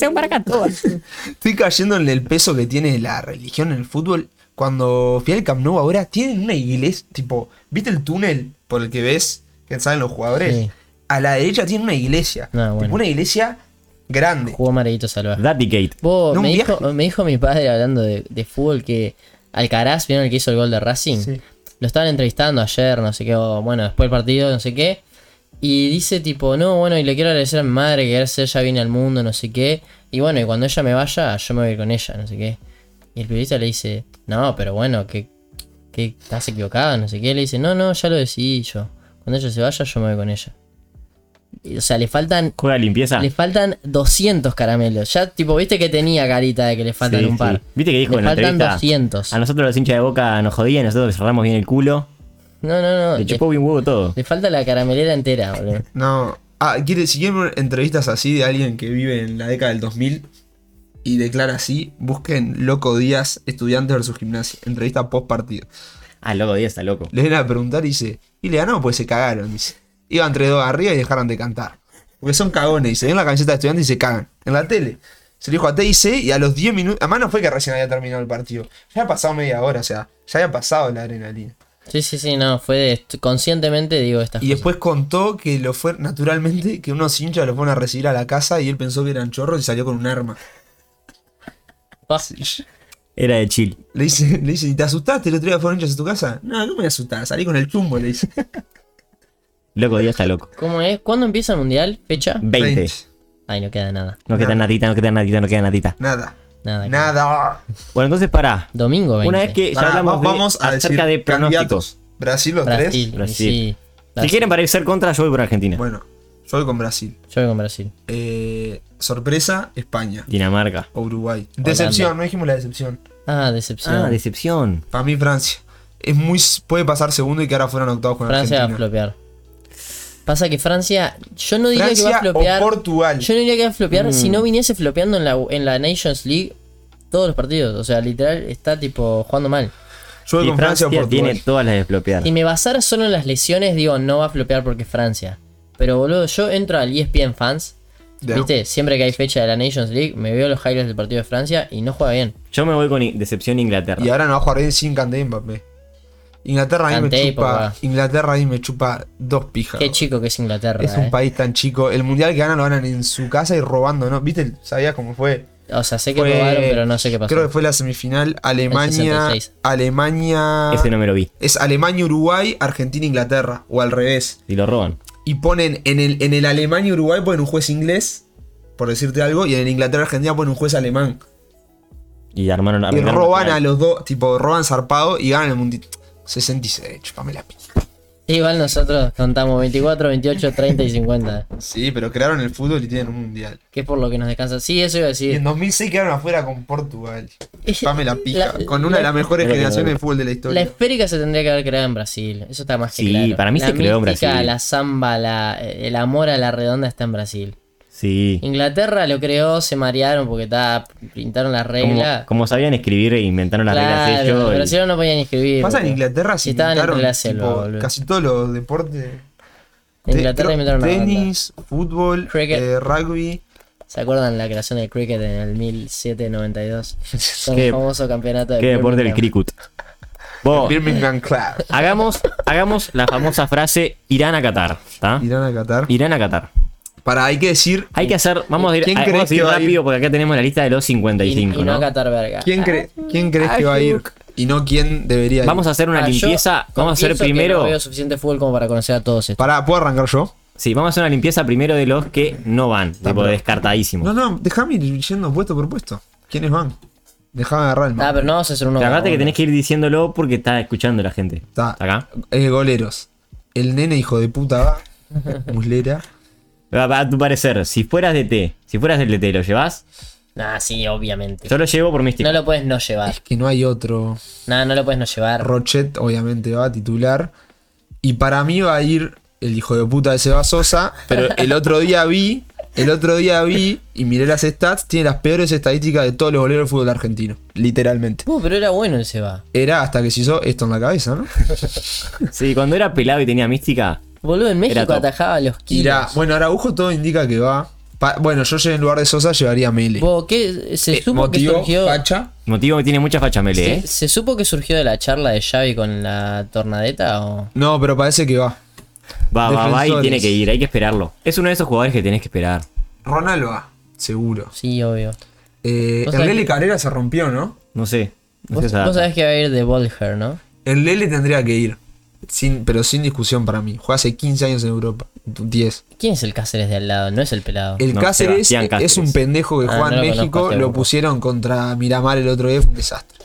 Speaker 3: estoy cayendo en el peso que tiene la religión en el fútbol. Cuando fui al Camp Nou ahora, tienen una iglesia. Tipo, ¿viste el túnel por el que ves que salen los jugadores?
Speaker 1: Sí.
Speaker 3: A la derecha tiene una iglesia.
Speaker 1: Ah,
Speaker 3: Tipo,
Speaker 1: bueno.
Speaker 3: una iglesia grande.
Speaker 1: Jugó Mareguito Salvaje.
Speaker 2: Daddy Gate.
Speaker 1: Vos,
Speaker 3: No,
Speaker 1: me,
Speaker 3: un
Speaker 1: dijo,
Speaker 3: viaje.
Speaker 1: me dijo mi padre hablando de, de fútbol que Alcaraz, ¿vieron el que hizo el gol de Racing?
Speaker 3: Sí.
Speaker 1: Lo estaban entrevistando ayer, no sé qué, o, bueno, después del partido, no sé qué. Y dice tipo, no, bueno, y le quiero agradecer a mi madre que gracias a ella vine al mundo, no sé qué. Y bueno, y cuando ella me vaya, yo me voy a ir con ella, no sé qué. Y el periodista le dice, no, pero bueno, que, que estás equivocado, no sé qué. Le dice, no, no, ya lo decidí yo. Cuando ella se vaya, yo me voy con ella. Y, o sea, le faltan
Speaker 2: Juega limpieza.
Speaker 1: le faltan 200 caramelos. Ya, tipo, viste que tenía carita de que le faltan
Speaker 2: Sí,
Speaker 1: un
Speaker 2: sí.
Speaker 1: par.
Speaker 2: Viste que dijo
Speaker 1: Le
Speaker 2: en la
Speaker 1: faltan
Speaker 2: entrevista. Ah,
Speaker 1: 200.
Speaker 2: A nosotros los hinchas de boca nos jodían, nosotros les cerramos bien el culo.
Speaker 1: No, no, no.
Speaker 2: Le
Speaker 1: Le,
Speaker 2: chupó bien huevo todo.
Speaker 1: le falta la caramelera entera, boludo.
Speaker 3: No. Ah, quiere, si quieren entrevistas así de alguien que vive en la década del 2000 y declara así, busquen Loco Díaz, estudiante versus gimnasia. Entrevista post partido.
Speaker 2: Ah, loco, Díaz está loco.
Speaker 3: Le vienen a preguntar y dice, y le ganó, pues se cagaron. Dice. Iban tres dos arriba y dejaron de cantar. Porque son cagones. Y se ven la camiseta de estudiante y se cagan. En la tele. Se lo dijo a TIC y a los 10 minutos. Además, no fue que recién había terminado el partido. Ya había pasado media hora, o sea, ya había pasado la adrenalina.
Speaker 1: Sí, sí, sí, no. Fue de, est- conscientemente digo estas
Speaker 3: Y
Speaker 1: cosas.
Speaker 3: después contó que lo fue naturalmente, que unos hinchas lo fueron a recibir a la casa y él pensó que eran chorros y salió con un arma.
Speaker 1: Pa,
Speaker 2: Era de chill.
Speaker 3: Le dice, le dice, ¿y te asustaste el otro día fueron hinchas a tu casa? No, no me asustaba, salí con el chumbo, le dice.
Speaker 2: Loco, Díaz está loco.
Speaker 1: ¿Cómo es? ¿Cuándo empieza el mundial? ¿Fecha?
Speaker 2: 20.
Speaker 1: Ay, no queda nada.
Speaker 2: No queda nadita, no queda nadita, no queda nadita.
Speaker 3: Nada.
Speaker 1: Nada.
Speaker 3: Nada.
Speaker 2: Bueno, entonces pará.
Speaker 1: Domingo 20.
Speaker 2: Una vez que ya
Speaker 3: Pará,
Speaker 2: hablamos
Speaker 3: va-
Speaker 2: de-
Speaker 3: vamos a
Speaker 2: acerca de
Speaker 3: decir
Speaker 2: pronósticos.
Speaker 3: candidatos. Brasil los
Speaker 1: Brasil.
Speaker 3: tres.
Speaker 2: Brasil.
Speaker 1: Sí.
Speaker 2: Si
Speaker 1: Brasil.
Speaker 2: quieren para ir ser contra, yo voy por Argentina.
Speaker 3: Bueno, yo voy con Brasil.
Speaker 1: Yo voy con Brasil.
Speaker 3: Eh, sorpresa, España
Speaker 2: Dinamarca.
Speaker 3: o Uruguay. Decepción, no dijimos la decepción.
Speaker 1: Ah, decepción.
Speaker 2: Ah, decepción.
Speaker 3: Para mí Francia. Es muy, puede pasar segundo y que ahora fueran octavos con
Speaker 1: Francia va a
Speaker 3: Argentina.
Speaker 1: flopear. Pasa que Francia. Yo no diría que va a
Speaker 3: Francia
Speaker 1: flopear.
Speaker 3: o Portugal.
Speaker 1: Yo no diría que va a flopear si
Speaker 3: Mm.
Speaker 1: no viniese flopeando en la, en la Nations League todos los partidos. O sea, literal, está tipo jugando mal.
Speaker 3: Yo voy
Speaker 2: Y
Speaker 3: con Francia,
Speaker 2: Francia
Speaker 3: o Portugal.
Speaker 2: tiene todas las de flopear.
Speaker 1: Si me basara solo en las lesiones, digo, no va a flopear porque es Francia. Pero boludo, yo entro al E ESPN Fans.
Speaker 3: Ya.
Speaker 1: ¿Viste? Siempre que hay fecha de la Nations League, me veo los highlights del partido de Francia y no juega bien.
Speaker 2: Yo me voy con i- decepción Inglaterra.
Speaker 3: Y ahora no va a jugar bien sin Kanté y Mbappé. Inglaterra a mí
Speaker 1: Kanté
Speaker 3: me
Speaker 1: y
Speaker 3: chupa.
Speaker 1: Pogba.
Speaker 3: Inglaterra a mí me chupa dos pijas.
Speaker 1: Qué
Speaker 3: bro.
Speaker 1: chico que es Inglaterra.
Speaker 3: Es un
Speaker 1: eh.
Speaker 3: país tan chico. El mundial que ganan lo ganan en su casa y robando, ¿no? ¿Viste? ¿Sabías cómo fue?
Speaker 1: O sea, sé que
Speaker 3: Fue-
Speaker 1: robaron, pero no sé qué pasó.
Speaker 3: Creo que fue la semifinal. Alemania.
Speaker 1: 66.
Speaker 3: Alemania.
Speaker 2: Ese no me lo vi.
Speaker 3: Es Alemania, Uruguay, Argentina, Inglaterra. O al revés.
Speaker 2: Y lo roban.
Speaker 3: Y ponen en el, en el Alemania, Uruguay ponen un juez inglés, por decirte algo, y en el Inglaterra, Argentina ponen un juez alemán.
Speaker 2: Y armaron
Speaker 3: Y
Speaker 2: arrancaron-
Speaker 3: roban a los dos, tipo, roban zarpado y ganan el mundial. 66, chupame la pija.
Speaker 1: Igual nosotros contamos 24, 28, 30 y 50.
Speaker 3: Sí, pero crearon el fútbol y tienen un mundial.
Speaker 1: Que es por lo que nos descansa. Sí, eso iba a
Speaker 3: Y
Speaker 1: decir.
Speaker 3: en 2006 quedaron afuera con Portugal. Chupame la pija.
Speaker 1: La-
Speaker 3: con una de las mejores
Speaker 2: Mira que
Speaker 3: generaciones
Speaker 2: no.
Speaker 3: de fútbol de la
Speaker 1: La
Speaker 3: historia.
Speaker 1: esférica se tendría que haber creado en Brasil. Eso está más que
Speaker 2: Sí,
Speaker 1: claro.
Speaker 2: para mí
Speaker 1: la
Speaker 2: se creó en
Speaker 1: mística,
Speaker 2: Brasil.
Speaker 1: La samba, la, eh, el amor a la redonda está en Brasil.
Speaker 2: Sí.
Speaker 1: Inglaterra lo creó, se marearon porque ta, pintaron la
Speaker 2: Como,
Speaker 1: regla.
Speaker 2: como sabían escribir e inventaron las reglas
Speaker 1: Claro, los
Speaker 2: ellos. y-
Speaker 1: brasileños no podían escribir.
Speaker 3: Pasa en
Speaker 1: boludo.
Speaker 3: Inglaterra,
Speaker 1: Si
Speaker 3: se
Speaker 1: estaban entre
Speaker 3: inventaron
Speaker 1: la selva,
Speaker 3: tipo,
Speaker 1: boludo.
Speaker 3: casi todos los deportes.
Speaker 1: En Inglaterra
Speaker 3: Te-
Speaker 1: inventaron la
Speaker 3: Tenis, fútbol,
Speaker 1: Cricket.
Speaker 3: eh, rugby.
Speaker 1: ¿Se acuerdan la creación del cricket en el 1792? Con
Speaker 2: Qué-
Speaker 1: el famoso campeonato de
Speaker 2: Qué deporte del
Speaker 1: Birmingham.
Speaker 2: cricut.
Speaker 1: Oh.
Speaker 2: Vos,
Speaker 3: Birmingham Club.
Speaker 2: hagamos, hagamos la famosa frase Irán a Qatar. ¿tá?
Speaker 3: Irán a Qatar.
Speaker 2: Irán a Qatar.
Speaker 3: Para, hay que decir.
Speaker 2: Hay que hacer, vamos a ir,
Speaker 3: ¿Quién
Speaker 2: vamos
Speaker 3: crees
Speaker 2: a ir
Speaker 3: que va a ir?
Speaker 2: rápido porque acá tenemos la lista de los
Speaker 1: Y,
Speaker 2: 55,
Speaker 1: y no
Speaker 2: ¿no?
Speaker 1: Qatar verga.
Speaker 3: ¿Quién, cre- ¿quién crees que va a ir? Y no quién debería ir.
Speaker 2: Vamos a hacer una
Speaker 1: Ah, yo
Speaker 2: limpieza, vamos a hacer
Speaker 1: confieso que
Speaker 2: primero,
Speaker 1: No veo suficiente fútbol como para conocer a todos estos.
Speaker 3: Pará, ¿puedo arrancar yo?
Speaker 2: sí, vamos a hacer una limpieza primero de los que no van, tipo
Speaker 3: pero-
Speaker 2: descartadísimos.
Speaker 3: No, no, déjame ir yendo puesto por puesto. ¿Quiénes van? Déjame agarrar el
Speaker 1: Ah,
Speaker 3: mapa.
Speaker 1: pero no vamos a hacer uno.
Speaker 2: Pero aparte
Speaker 1: por
Speaker 2: que
Speaker 1: uno.
Speaker 2: tenés que ir diciéndolo porque está escuchando la gente.
Speaker 3: Está.
Speaker 2: ¿Está acá?
Speaker 3: Eh, goleros. El nene hijo de puta va. Muslera.
Speaker 2: A, a tu parecer, si fueras de E T, si fueras del DT, ¿lo llevas?
Speaker 1: Ah, sí, obviamente.
Speaker 2: Yo lo llevo por místico.
Speaker 1: No lo puedes no llevar.
Speaker 3: Es que no hay otro.
Speaker 1: Nada, no lo puedes no llevar.
Speaker 3: Rochet obviamente va a titular. Y para mí va a ir el hijo de puta de Seba Sosa. Pero el otro día vi, el otro día vi y miré las stats. Tiene las peores estadísticas de todos los goleros del fútbol argentino. Literalmente.
Speaker 1: Uh, pero era bueno el Seba.
Speaker 3: Era hasta que se hizo esto en la cabeza, ¿no?
Speaker 2: Sí, cuando era pelado y tenía mística,
Speaker 1: Boludo, en México
Speaker 2: top.
Speaker 1: atajaba los kilos.
Speaker 3: Irá. Bueno, Araujo todo indica que va. Pa- bueno, yo en lugar de Sosa llevaría a Mele.
Speaker 1: Vos, ¿qué? Se
Speaker 3: Eh,
Speaker 1: supo que surgió.
Speaker 3: facha.
Speaker 2: motivo que tiene mucha facha mele, ¿eh?
Speaker 1: ¿se, se supo que surgió de la charla de Xavi con la tornadeta o.?
Speaker 3: No, pero parece que va.
Speaker 2: Va, va, va y
Speaker 3: Defensores.
Speaker 2: tiene que ir, hay que esperarlo. Es uno de esos jugadores que tenés que esperar.
Speaker 3: Ronald va, seguro.
Speaker 1: Sí, obvio.
Speaker 3: Eh,
Speaker 1: Vos
Speaker 3: el
Speaker 1: sabés
Speaker 3: Lele
Speaker 1: que-
Speaker 3: Cabrera se rompió, ¿no?
Speaker 2: No sé. No
Speaker 1: Vos,
Speaker 2: sé esa-
Speaker 1: vos sabés que va a ir de Bolger, ¿no?
Speaker 3: El Lele tendría que ir. Sin, pero sin discusión para mí. Juega hace 15 años en Europa. 10.
Speaker 1: ¿Quién es el Cáceres de al lado? No es el pelado.
Speaker 3: El
Speaker 2: No,
Speaker 3: Cáceres,
Speaker 2: Sebastián Cáceres.
Speaker 3: es un pendejo que
Speaker 1: Ah,
Speaker 3: juega en
Speaker 1: no lo
Speaker 3: México.
Speaker 1: conozco, este
Speaker 3: lo
Speaker 1: grupo.
Speaker 3: pusieron contra Miramar el otro día. Fue un desastre.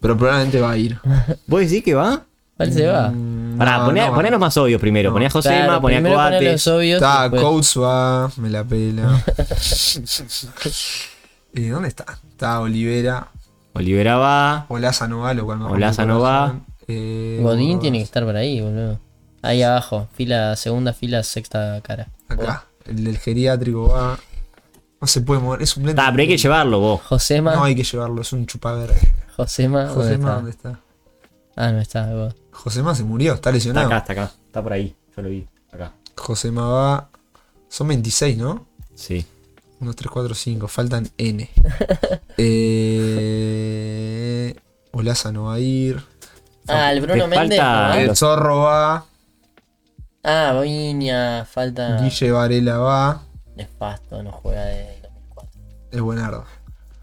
Speaker 3: pero probablemente va a ir.
Speaker 2: ¿Vos decís que va?
Speaker 1: ¿Cuál se va?
Speaker 3: mm,
Speaker 2: Pará,
Speaker 3: No,
Speaker 2: poné,
Speaker 3: no va.
Speaker 2: poné los más obvios primero. Poné a Josema,
Speaker 1: Claro,
Speaker 2: poné a
Speaker 1: primero poner
Speaker 2: Coate.
Speaker 1: los obvios.
Speaker 3: Está,
Speaker 1: después-
Speaker 3: Coates va, me la pela. ¿Y dónde está? Está Olivera.
Speaker 2: Olivera va.
Speaker 3: Olaza no va, lo cual me rompe
Speaker 2: Olaza
Speaker 3: el
Speaker 2: no va.
Speaker 3: corazón. Eh,
Speaker 1: Godín
Speaker 3: bueno,
Speaker 1: tiene que estar por ahí, boludo. Ahí abajo, fila, segunda fila, sexta cara.
Speaker 3: Acá. El del geriátrico va. No se puede mover. Es un blend.
Speaker 2: Está, Ah, pero hay que llevarlo vos.
Speaker 1: Josema,
Speaker 3: No hay que llevarlo, es un chupadera.
Speaker 1: Josema, ¿dónde
Speaker 3: Josema,
Speaker 1: está?
Speaker 3: ¿dónde está?
Speaker 1: Ah, no está, ahí va.
Speaker 3: Josema se murió, está
Speaker 2: Está acá,
Speaker 3: lesionado.
Speaker 2: está acá. Está por ahí. Yo lo vi. Acá.
Speaker 3: Josema va. Son 26, ¿no?
Speaker 2: Sí.
Speaker 3: 1, 3, 4, 5. Faltan N. eh... Olaza no va a ir.
Speaker 1: Ah, el Bruno
Speaker 2: Te
Speaker 1: Méndez.
Speaker 2: falta-
Speaker 1: ¿no?
Speaker 3: El
Speaker 2: los-
Speaker 3: Zorro va.
Speaker 1: Ah, Boiña, falta.
Speaker 3: Guille Varela va.
Speaker 1: Nefasto, no juega de 2004.
Speaker 3: Es buenardo.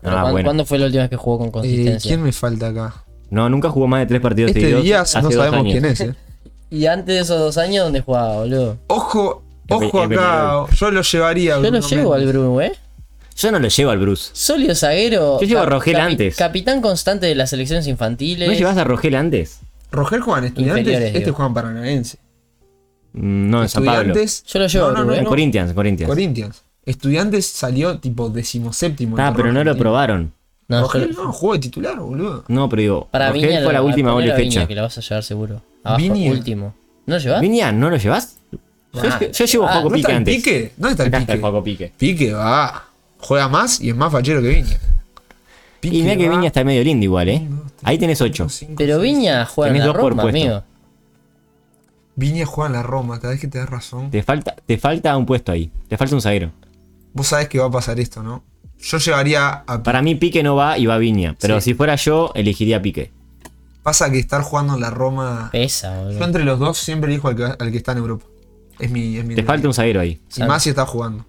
Speaker 1: Pero
Speaker 2: Ah,
Speaker 1: ¿cuán-
Speaker 2: bueno.
Speaker 1: ¿Cuándo fue la última vez que jugó con
Speaker 3: Eh,
Speaker 1: consistencia?
Speaker 3: ¿Quién me falta acá?
Speaker 2: No, nunca jugó más de tres partidos
Speaker 3: Este
Speaker 2: seguidos.
Speaker 3: Díaz
Speaker 2: hace
Speaker 3: no
Speaker 2: dos
Speaker 3: sabemos
Speaker 2: años.
Speaker 3: quién es. eh.
Speaker 1: Y antes de esos dos años, ¿dónde jugaba, boludo?
Speaker 3: Ojo,
Speaker 2: Es pe-
Speaker 3: ojo
Speaker 2: es
Speaker 3: acá.
Speaker 2: peligroso.
Speaker 3: Yo lo llevaría.
Speaker 1: Yo lo llevo al Bruno, ¿eh?
Speaker 2: Yo no lo llevo al Bruce.
Speaker 1: Sólido zaguero.
Speaker 2: Yo llevo a
Speaker 1: cap-
Speaker 2: Rogel
Speaker 1: capi-
Speaker 2: antes.
Speaker 1: Capitán constante de las selecciones infantiles.
Speaker 2: ¿No llevas a Rogel antes?
Speaker 3: Roger juegan estudiantes.
Speaker 1: Inferiores,
Speaker 3: Este
Speaker 1: digo.
Speaker 3: juegan paranaense.
Speaker 2: Mm, No, en San Pablo. En
Speaker 3: Estudiantes.
Speaker 1: Yo lo llevo
Speaker 3: No, no,
Speaker 1: al
Speaker 3: no,
Speaker 1: Bruno.
Speaker 3: no.
Speaker 2: Corinthians, en Corinthians.
Speaker 3: Corinthians. Estudiantes salió tipo decimoséptimo.
Speaker 2: Ah,
Speaker 3: en
Speaker 2: pero no lo
Speaker 3: Argentina.
Speaker 2: probaron.
Speaker 1: No, yo-
Speaker 3: Roger no, jugó de titular, boludo.
Speaker 2: No, pero digo,
Speaker 1: Para
Speaker 2: Rogel
Speaker 1: Viña
Speaker 2: fue la
Speaker 1: lo-
Speaker 2: última
Speaker 1: poner
Speaker 2: doble
Speaker 1: a Viña,
Speaker 2: fecha.
Speaker 1: que la vas a llevar seguro. Abajo,
Speaker 3: Viña.
Speaker 1: último. ¿No lo llevas?
Speaker 2: Viña, ¿no lo llevas?
Speaker 3: Ah.
Speaker 2: Yo, yo llevo a
Speaker 1: Ah,
Speaker 2: Joaco
Speaker 3: ¿No
Speaker 2: Pique
Speaker 3: está el
Speaker 2: antes.
Speaker 3: pique? ¿Dónde está
Speaker 2: Acá
Speaker 3: el
Speaker 2: está el
Speaker 3: pique?
Speaker 2: Joaco Pique.
Speaker 3: Pique va. Juega más y es más fachero que Viña.
Speaker 2: Y mira que
Speaker 3: va.
Speaker 2: Viña está medio lindo igual, ¿eh? Ahí tenés ocho.
Speaker 3: Cinco,
Speaker 1: Pero
Speaker 3: seis.
Speaker 1: Viña juega en
Speaker 2: Tenés
Speaker 1: la
Speaker 2: dos por
Speaker 1: Roma,
Speaker 2: puesto.
Speaker 1: amigo.
Speaker 3: Viña juega en la Roma, cada vez que te das razón.
Speaker 2: Te falta, te falta un puesto ahí. Te falta un zaguero.
Speaker 3: Vos sabés que va a pasar esto, ¿no? Yo llegaría a.
Speaker 2: Para mí Pique no va y va Viña. Pero
Speaker 3: Sí.
Speaker 2: si fuera yo, elegiría Pique.
Speaker 3: Pasa que estar jugando en la Roma.
Speaker 1: Pesa,
Speaker 3: Yo
Speaker 1: boludo.
Speaker 3: entre los dos siempre elijo al que, al que está en Europa. Es mi. Es mi
Speaker 2: Te falta un zaguero ahí.
Speaker 3: Y más si está jugando.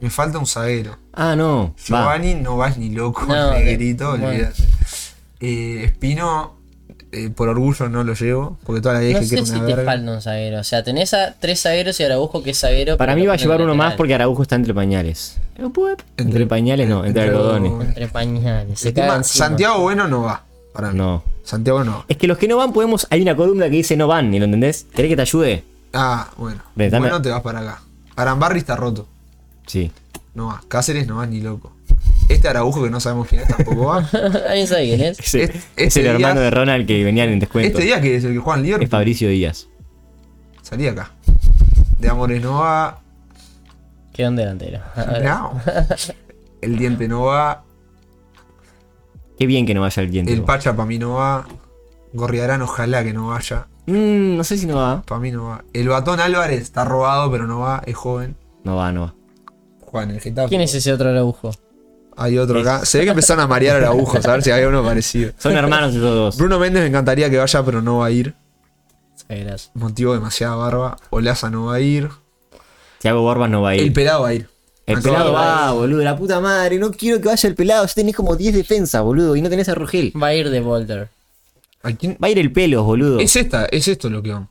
Speaker 3: Me falta un zaguero.
Speaker 2: Ah, no. Va.
Speaker 3: Giovanni no vas ni loco,
Speaker 1: No,
Speaker 3: negrito,
Speaker 1: bueno.
Speaker 3: olvídate. Eh, Espino, eh, por orgullo no lo llevo, porque toda la vida
Speaker 1: No
Speaker 3: dije que
Speaker 1: sé
Speaker 3: era
Speaker 1: si
Speaker 3: una
Speaker 1: te
Speaker 3: verga.
Speaker 1: falta un zaguero. O sea, tenés a tres zagueros y Araujo que es zaguero.
Speaker 2: Para
Speaker 1: pero
Speaker 2: mí
Speaker 1: lo
Speaker 2: va a
Speaker 1: ponen
Speaker 2: llevar uno
Speaker 1: lateral.
Speaker 2: más porque Araujo está entre pañales. Entre pañales no, entre algodones.
Speaker 1: Entre pañales. Se
Speaker 3: El tema,
Speaker 1: caga encima.
Speaker 3: Santiago Bueno no va, para mí.
Speaker 2: No.
Speaker 3: Santiago no.
Speaker 2: Es que los que no van podemos. Hay una columna que dice no van, ¿y lo entendés? ¿Querés que te ayude?
Speaker 3: Ah, bueno.
Speaker 2: Ven, dame-
Speaker 3: Bueno te vas para acá. Arambarri está roto.
Speaker 2: Sí.
Speaker 3: No va. Cáceres no va ni loco. Este Araujo que no sabemos quién es tampoco va.
Speaker 1: Alguien sabe quién es.
Speaker 2: Ese-
Speaker 3: Este-
Speaker 2: es
Speaker 3: este
Speaker 2: el hermano
Speaker 3: Díaz-
Speaker 2: de Ronald que venían en descuento.
Speaker 3: Este día que es el que juega en
Speaker 2: Es
Speaker 3: Liverpool.
Speaker 2: Fabricio Díaz.
Speaker 3: Salí acá. De Amores no va.
Speaker 1: Quedó un delantero.
Speaker 3: No. El diente no va.
Speaker 2: Qué bien que no vaya el diente.
Speaker 3: El
Speaker 2: vos.
Speaker 3: Pacha para mí no va. Gorriarán, ojalá que no vaya.
Speaker 2: Mm, no sé si no va.
Speaker 3: Para mí no va. El Batón Álvarez está robado, pero no va. Es joven.
Speaker 2: No va, no va.
Speaker 3: Juan, el Getafe.
Speaker 1: ¿Quién es ese otro Araujo?
Speaker 3: Hay otro acá. Se ve que empezaron a marear el agujo, a ver si había uno parecido.
Speaker 2: Son hermanos esos dos.
Speaker 3: Bruno Méndez me encantaría que vaya, pero no va a ir.
Speaker 1: Zagueras.
Speaker 3: Motivo demasiada barba. Olaza no va a ir.
Speaker 2: Tiago Borbas no va a ir.
Speaker 3: El
Speaker 2: El,
Speaker 3: pelado va a ir. Acaba
Speaker 2: pelado
Speaker 3: de-
Speaker 2: va, boludo. La puta madre. No quiero que vaya el pelado. Ya tenés como 10 defensas, boludo. Y no tenés a Rogel.
Speaker 1: Va a ir de Boulder.
Speaker 3: ¿A quién?
Speaker 2: Va a ir el pelo, boludo.
Speaker 3: Es esta, es esto lo que van.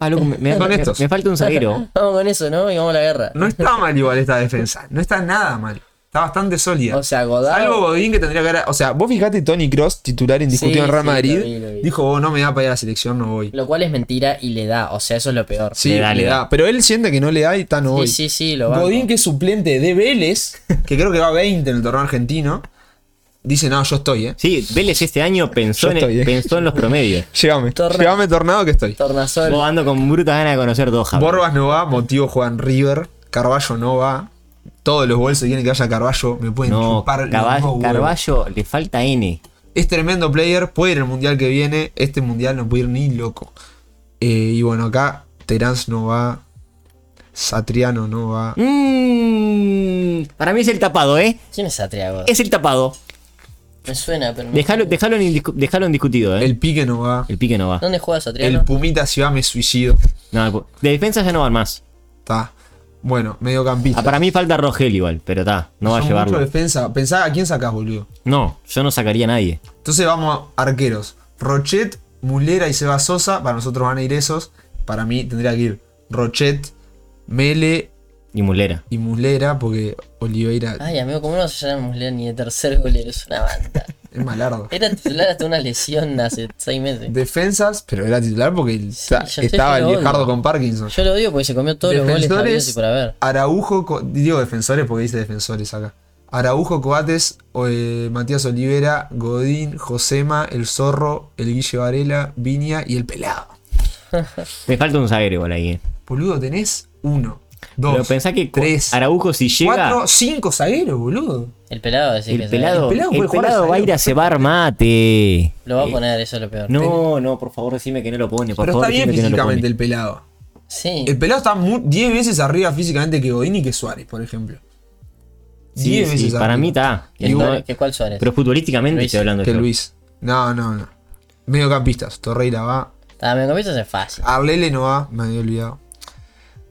Speaker 2: Ah, loco, me, me-
Speaker 3: Son
Speaker 2: me-
Speaker 3: estos.
Speaker 2: me falta un zaguero.
Speaker 1: Vamos con eso, ¿no? Y vamos a la guerra.
Speaker 3: No está mal igual esta defensa. No está nada mal. Está bastante sólida.
Speaker 1: O sea, Godard-
Speaker 3: Salvo Godín que tendría que haber. O sea, vos fijate Tony Cross, titular indiscutido
Speaker 1: Sí,
Speaker 3: en Real
Speaker 1: sí,
Speaker 3: Madrid.
Speaker 1: lo vi, lo vi.
Speaker 3: Dijo, vos no me da para ir a la selección, no voy.
Speaker 1: Lo cual es mentira y le da. O sea, eso es lo peor.
Speaker 3: Sí,
Speaker 2: Le
Speaker 3: le
Speaker 2: da,
Speaker 3: da,
Speaker 2: le da.
Speaker 3: Pero él siente que no le da y está no
Speaker 1: sí,
Speaker 3: voy.
Speaker 1: sí, sí, lo va.
Speaker 3: Godín, que es suplente de Vélez, que creo que va 20 en el torneo argentino, dice, no, yo estoy, eh.
Speaker 2: Sí, Vélez este año pensó,
Speaker 3: Yo
Speaker 2: en,
Speaker 3: estoy, eh.
Speaker 2: pensó en los promedios.
Speaker 3: Llévame,
Speaker 1: Torneo.
Speaker 3: llévame tornado que estoy.
Speaker 1: Tornasol.
Speaker 2: Vos ando con brutas ganas de conocer Doha. boludo.
Speaker 3: Borbas no va, motivo Juan River, Carballo no va. Todos los bolsos quieren que haya Carballo, me pueden
Speaker 2: No,
Speaker 3: chupar los
Speaker 2: Caba-
Speaker 3: dos huevos.
Speaker 2: Carballo le falta N.
Speaker 3: Es tremendo player, puede ir el mundial que viene, este mundial no puede ir ni loco. Eh, y bueno, acá Terán no va, Satriano no va.
Speaker 2: Mm, para mí es el tapado, ¿eh?
Speaker 1: ¿Quién es Atriago?
Speaker 2: Es el tapado.
Speaker 1: Me suena, pero. no-
Speaker 2: Déjalo déjalo en, indiscu- déjalo en discutido, ¿eh? El,
Speaker 3: El pique no va.
Speaker 2: pique no va.
Speaker 1: ¿Dónde juegas Atriago?
Speaker 3: El Pumita Ciudad me suicido.
Speaker 2: No, el pu- de defensa ya no van más.
Speaker 3: Está. Bueno,
Speaker 2: Ah,
Speaker 3: mediocampista.
Speaker 2: para mí falta Rogel igual, pero está, no va a
Speaker 3: Son mucho
Speaker 2: llevarlo.
Speaker 3: defensa. Pensá a quién sacás, boludo.
Speaker 2: No, yo no sacaría a nadie.
Speaker 3: Entonces vamos a arqueros. Rochet, Mulera y Seba Sosa. Para nosotros van a ir esos. Para mí tendría que ir Rochet, Mele
Speaker 2: Y Mulera.
Speaker 3: y Mulera. Porque Oliveira
Speaker 1: Ay, amigo, ¿cómo no se llama Muslera ni de tercer golero? Es una banda.
Speaker 3: es malardo.
Speaker 1: Era titular hasta una lesión hace seis meses.
Speaker 3: Defensas, pero era titular porque está-
Speaker 1: yo sé,
Speaker 3: estaba
Speaker 1: yo
Speaker 3: el
Speaker 1: lo odio.
Speaker 3: viejardo con Parkinson.
Speaker 1: Yo lo odio porque se comió todos los goles habidos y
Speaker 3: Defensores,
Speaker 1: por haber.
Speaker 3: Araujo, Co- digo defensores porque dice defensores acá. Araujo, Coates, o, eh, Matías Olivera, Godín, Josema, El Zorro, El Guille Varela, Viña y El Pelado.
Speaker 2: Me falta un zaguero igual ahí, ¿eh?
Speaker 3: Boludo, tenés uno, dos,
Speaker 2: Pero pensá que co-
Speaker 3: tres,
Speaker 2: Araujo si llega,
Speaker 3: cuatro, cinco zagueros, boludo.
Speaker 1: El pelado, decís que
Speaker 2: el
Speaker 1: es-
Speaker 2: pelado,
Speaker 3: El pelado
Speaker 2: el
Speaker 3: puede jugar de
Speaker 2: pelado va a ir a cebar mate.
Speaker 1: Lo va a
Speaker 2: Eh,
Speaker 1: poner, eso es lo peor.
Speaker 2: No, no, por favor, decime que no lo pone, por
Speaker 3: Pero
Speaker 2: favor,
Speaker 3: está bien
Speaker 2: decime que no lo
Speaker 3: físicamente
Speaker 2: pone.
Speaker 3: el Pelado.
Speaker 1: Sí.
Speaker 2: Eh,
Speaker 3: El Pelado está mu- 10 veces arriba físicamente que Godín y que Suárez, por ejemplo.
Speaker 2: Sí,
Speaker 3: 10
Speaker 2: sí,
Speaker 3: veces
Speaker 2: para
Speaker 3: arriba.
Speaker 2: mí está.
Speaker 1: ¿Qué
Speaker 2: No,
Speaker 1: Suárez? ¿Qué cuál Suárez?
Speaker 2: Pero futbolísticamente
Speaker 1: Luis.
Speaker 2: estoy hablando
Speaker 3: Que
Speaker 2: yo.
Speaker 3: Luis. No, no, no. Mediocampistas. Torreira va.
Speaker 1: Ah, me comienzo es fácil.
Speaker 3: Arlele no va, me había olvidado.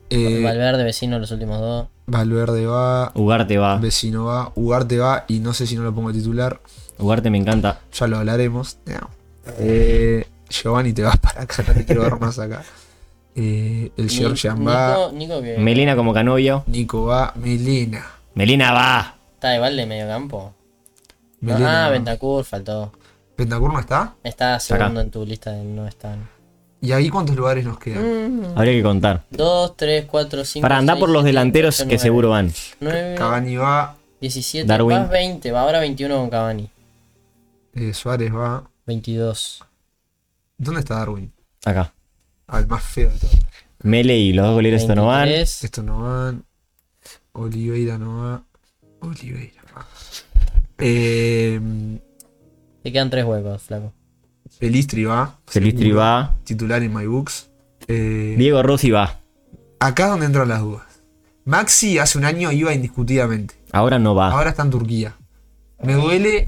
Speaker 3: Eh,
Speaker 1: Valverde, vecino, los últimos dos.
Speaker 3: Valverde va,
Speaker 2: Ugarte va.
Speaker 3: Vecino va, Ugarte va y no sé si no lo pongo titular,
Speaker 2: Ugarte me encanta.
Speaker 3: ya lo hablaremos. No. Eh, Giovanni te vas para acá, no te quiero ver más acá. Eh, el
Speaker 1: Ni-
Speaker 3: Georgian va,
Speaker 1: Nico, Nico que
Speaker 2: Melena como Canovio.
Speaker 3: Nico va, Melena.
Speaker 2: Melena va.
Speaker 1: está de balde medio campo. No,
Speaker 3: Melena
Speaker 1: ah,
Speaker 3: va.
Speaker 1: Ventacur faltó.
Speaker 3: Bentancur no está.
Speaker 1: Está segundo en tu lista de no están.
Speaker 3: ¿Y ahí cuántos lugares nos quedan?
Speaker 2: Habría que contar.
Speaker 1: 2, 3, 4, 5.
Speaker 2: Para andar por los delanteros que seguro van.
Speaker 1: 9,
Speaker 3: Cavani va,
Speaker 1: 17,
Speaker 2: Darwin.
Speaker 1: más 20. Va ahora 21 con Cavani.
Speaker 3: eh, Suárez va.
Speaker 1: 22.
Speaker 3: ¿Dónde está Darwin?
Speaker 2: Acá.
Speaker 3: Al más feo de todos.
Speaker 2: Mele y los dos goleros esto no van.
Speaker 1: 23.
Speaker 3: Esto no van. Oliveira no va. Oliveira va. Eh,
Speaker 1: Te quedan 3 huecos, flaco.
Speaker 3: Pelistri va.
Speaker 2: Celistri
Speaker 3: Seguro.
Speaker 2: va.
Speaker 3: Titular en My Books. Eh,
Speaker 2: Diego Rossi va.
Speaker 3: acá es donde entran las dudas. Maxi hace un año iba indiscutidamente. Ah.
Speaker 2: Ahora no va.
Speaker 3: Ahora está en Turquía. Me duele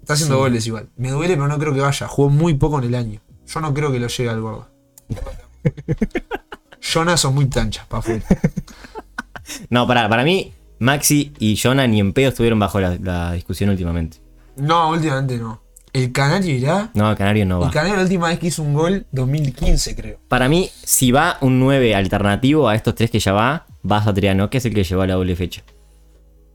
Speaker 3: Está haciendo
Speaker 2: Sí.
Speaker 3: goles igual. Me duele, pero no creo que vaya. Jugó muy poco en el año. Yo no creo que lo llegue al gordo. Jonas son muy planchas, pa' afuera.
Speaker 2: No, para, para mí, Maxi y Jonah ni en pedo estuvieron bajo la, la discusión últimamente.
Speaker 3: No, últimamente no. El Canario irá.
Speaker 2: No, Canario no
Speaker 3: El
Speaker 2: va.
Speaker 3: Canario la última vez que hizo un gol, 2015 creo.
Speaker 2: Para mí, si va un 9 alternativo a estos tres que ya va, vas a Triano, que es el que llevó a la doble fecha.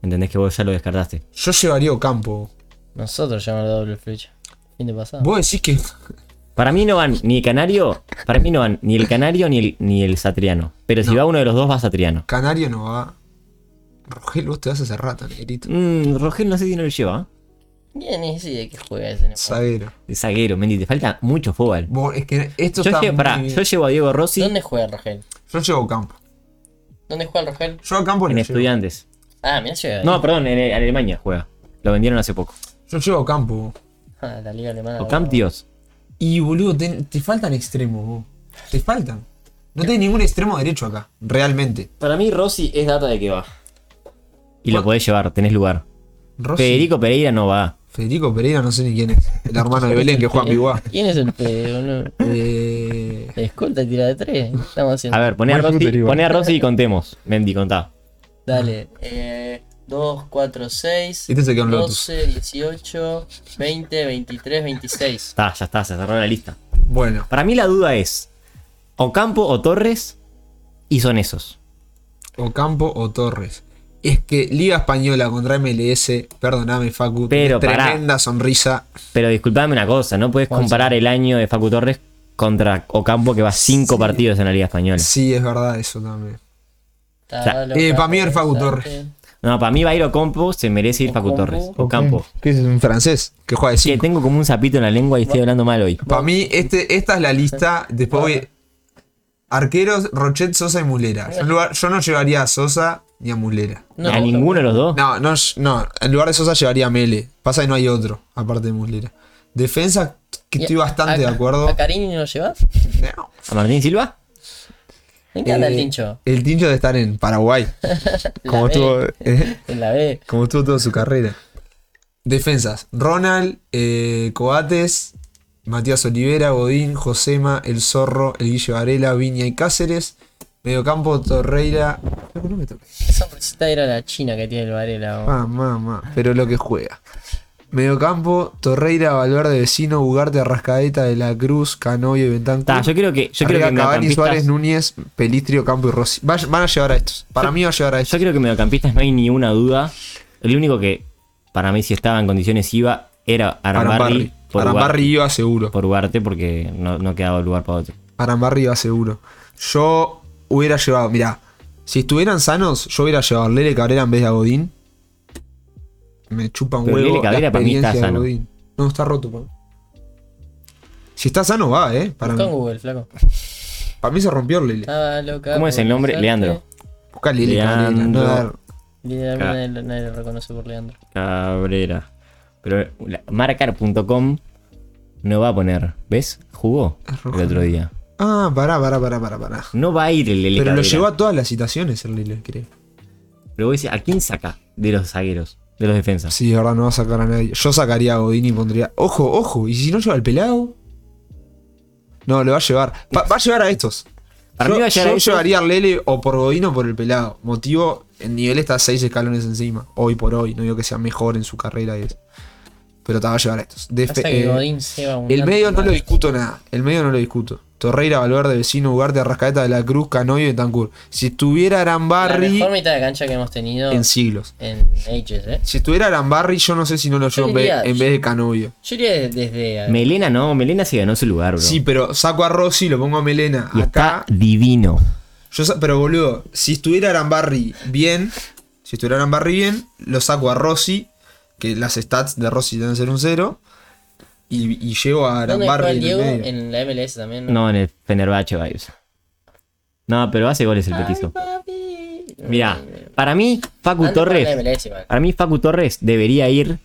Speaker 2: ¿Entendés que vos ya lo descartaste?
Speaker 3: Yo llevaría Ocampo.
Speaker 1: Nosotros llamamos la doble flecha. Fin de pasada.
Speaker 3: Vos decís que.
Speaker 2: Para mí no van ni el Canario, para mí no van ni el Canario ni el, ni el Satriano. Pero si va uno de los dos, va Satriano.
Speaker 3: Canario no va. Rogel, vos te vas a hacer rata, negrito.
Speaker 2: Mm, Rogel no sé si no lo lleva. ¿eh?
Speaker 1: Bien, y sí, ¿de qué juega ese?
Speaker 3: Sabero.
Speaker 2: De zaguero, Mendy, te falta mucho fútbol.
Speaker 3: Vos, es que esto
Speaker 2: Yo
Speaker 3: está.
Speaker 2: llevo,
Speaker 3: muy
Speaker 2: pará,
Speaker 3: bien.
Speaker 2: yo llevo a Diego Rossi
Speaker 1: ¿Dónde juega el Rogel?
Speaker 3: Yo llevo Ocampo.
Speaker 1: ¿Dónde juega el Rogel?
Speaker 3: Yo Ocampo no
Speaker 2: en
Speaker 3: llevo.
Speaker 2: Estudiantes.
Speaker 1: Ah, mira, llega. ahí.
Speaker 2: No, perdón, en, en Alemania juega. Lo vendieron hace poco.
Speaker 3: Yo llevo Ocampo.
Speaker 1: Ah, la Liga Alemana.
Speaker 2: O Camp Dios.
Speaker 3: Y boludo, te, te faltan extremos, vos. Te faltan. No tenés ningún extremo derecho acá, realmente.
Speaker 2: Para mí Rossi es data de que va. Y lo podés llevar, tenés lugar.
Speaker 3: Rossi-
Speaker 2: Federico Pereira no va.
Speaker 3: Federico Pereira, no sé ni quién es. El hermano de Belén que juega en Piguá.
Speaker 1: Eh, ¿Quién es el pedo, no?
Speaker 3: Eh,
Speaker 1: La escolta tira de tres. ¿Qué estamos haciendo?
Speaker 2: A ver, poné a
Speaker 4: Buen
Speaker 2: Rossi,
Speaker 4: shooter igual.
Speaker 2: poné a Rossi y contemos. Mendy, contá.
Speaker 1: Dale. Eh, 2, 4, 6.
Speaker 3: Este se quedó en Lotus.
Speaker 1: 12, 18, 20, 23, 26.
Speaker 2: Está, ya está, se cerró la lista.
Speaker 3: bueno,
Speaker 2: Para mí la duda es Ocampo o Torres y son esos.
Speaker 3: Ocampo o Torres. Es que Liga Española contra MLS, perdoname Facu,
Speaker 2: Pero
Speaker 3: tenés
Speaker 2: pará.
Speaker 3: tremenda sonrisa.
Speaker 2: Pero disculpame una cosa, no puedes
Speaker 1: Juanse.
Speaker 2: comparar el año de Facu Torres contra Ocampo que va cinco partidos en la Liga Española.
Speaker 3: Sí, es verdad eso también.
Speaker 2: sea,
Speaker 3: eh, pa' mí el Facu Torres.
Speaker 2: No, para mí va a ir Ocampo, se merece ir Facu
Speaker 1: Ocampo.
Speaker 2: Torres. Ocampo.
Speaker 4: ¿Qué es
Speaker 3: Un
Speaker 4: un
Speaker 3: francés que juega de
Speaker 2: Que
Speaker 3: 5.
Speaker 2: tengo como un sapito en la lengua y estoy hablando mal hoy.
Speaker 3: Para mí, este, esta es la lista. Después voy. Arqueros, Rochet, Sosa y Mulera. Yo, en lugar- yo no llevaría a Sosa ni a Mulera.
Speaker 1: No,
Speaker 2: a ninguno de los dos.
Speaker 3: No, no, no. En lugar de Sosa llevaría a Mele. Pasa que no hay otro, aparte de Muslera. Defensa, que estoy bastante de acuerdo.
Speaker 1: ¿A Carini no lo llevas?
Speaker 3: No.
Speaker 2: ¿A Martín Silva?
Speaker 1: Me encanta el
Speaker 3: Eh,
Speaker 1: tincho.
Speaker 3: El tincho de estar en Paraguay.
Speaker 4: Como
Speaker 1: La B,
Speaker 4: estuvo. eh,
Speaker 1: En la B.
Speaker 3: Como estuvo toda su carrera. Defensas. Ronald, eh, Coates, Matías Olivera, Godín, Josema, El Zorro, El Guille Varela, Viña y Cáceres. Mediocampo, Torreira. No, no me toques.
Speaker 1: Esa bolsita era la china que tiene el Varela. o-
Speaker 3: Ah, mamá, pero lo que juega. Mediocampo, Torreira, Valverde, Vecino, Ugarte, Arrascaeta, De la Cruz, Canovio y Bentancur.
Speaker 2: Ta, yo creo que, yo creo
Speaker 3: Arriba
Speaker 2: que
Speaker 3: Cavani, Suárez,
Speaker 2: mediocampistas,
Speaker 3: Núñez, Pelistrio, Campo y Rossi. Va- van a llevar a estos. Para mí va a llevar a
Speaker 2: yo
Speaker 3: estos.
Speaker 2: creo que mediocampistas no hay ni una duda. El único que para mí si estaba en condiciones iba era Arambarri
Speaker 3: Arambarri.
Speaker 2: por,
Speaker 3: Arambarri
Speaker 2: Ugarte,
Speaker 3: iba seguro.
Speaker 2: por Ugarte porque no, no quedaba lugar para otro.
Speaker 3: Arambarri iba seguro. Yo hubiera llevado, mirá, si estuvieran sanos, yo hubiera llevado a Lele Cabrera en vez de a Godín. Me chupa un
Speaker 2: Pero
Speaker 3: huevo.
Speaker 2: Lele
Speaker 3: la
Speaker 2: Cabrera para mí está
Speaker 3: experiencia de
Speaker 2: sano.
Speaker 3: Godín. No, está roto. pa. Si está sano, va, eh. Para
Speaker 1: Buscá en
Speaker 3: mí.
Speaker 1: Google, flaco.
Speaker 3: Para mí se rompió Lele.
Speaker 1: Estaba loca.
Speaker 2: ¿Cómo es el nombre?
Speaker 1: por besarte.
Speaker 2: Leandro.
Speaker 3: Busca Lele Cabrera.
Speaker 2: Leandro.
Speaker 3: No, dar-
Speaker 1: Leandro,
Speaker 2: Claro.
Speaker 1: nadie, lo- nadie lo reconoce por Leandro.
Speaker 2: Cabrera. Pero la- marcar.com no va a poner. ¿Ves? Jugó
Speaker 3: Es rojo.
Speaker 2: el otro día.
Speaker 3: Ah, pará, pará, pará, pará, pará.
Speaker 2: No va a ir el Lele
Speaker 3: Pero lo
Speaker 2: Cabrera.
Speaker 3: llevó a todas las citaciones el Lele, creo.
Speaker 2: Pero vos decís, ¿a quién saca de los zagueros? De los defensas.
Speaker 3: Sí, de verdad, no va a sacar a nadie. Yo sacaría a Godín y pondría. Ojo, ojo, ¿y si no lleva el pelado? No, lo va a llevar. Va, va a llevar a estos.
Speaker 2: Para
Speaker 3: yo
Speaker 2: mí va a llegar
Speaker 3: yo
Speaker 2: a
Speaker 1: este.
Speaker 2: estos.
Speaker 3: llevaría al Lele o por Godín o por el pelado. Motivo, el nivel está seis escalones encima. Hoy por hoy. No digo que sea mejor en su carrera y eso. Pero te va a llevar a estos. Defe-
Speaker 1: Pasa que
Speaker 3: eh,
Speaker 1: Godín se va un
Speaker 3: el medio no lo
Speaker 1: tanto.
Speaker 3: discuto nada. El medio no lo discuto. Torreira, Valverde, Vecino, Ugarte, Arrascaeta, De la Cruz, Canoyo y Betancur. Si estuviera
Speaker 1: La
Speaker 3: Arambarri
Speaker 1: mejor mitad de cancha que hemos tenido
Speaker 3: en
Speaker 1: en,
Speaker 3: siglos.
Speaker 1: ages, eh.
Speaker 3: Si estuviera Arambarri, yo no sé si no lo llevo en vez-
Speaker 1: diría-
Speaker 3: en vez de Canovio.
Speaker 1: Yo iría de- desde. eh,
Speaker 2: Melena no, Melena se ganó su lugar, bro.
Speaker 3: Sí, pero saco a Rossi, lo pongo a Melena.
Speaker 2: y está
Speaker 3: acá.
Speaker 2: divino.
Speaker 3: Yo sa- pero boludo, si estuviera Arambarri bien, si estuviera Arambarri bien, lo saco a Rossi, que las stats de Rossi deben ser un cero. Y, y llevo a
Speaker 1: ¿Dónde juega el
Speaker 3: Arambarri en el
Speaker 1: Diego?
Speaker 3: medio.
Speaker 1: En la MLS también.
Speaker 2: No, en el Fenerbahce Vibes. No, pero hace goles el petizo. Mira, para mí, Facu
Speaker 1: Antes jugaba en la
Speaker 2: Torres.
Speaker 1: MLS igual.
Speaker 3: Ah,
Speaker 2: Para mí, Facu Torres debería ir.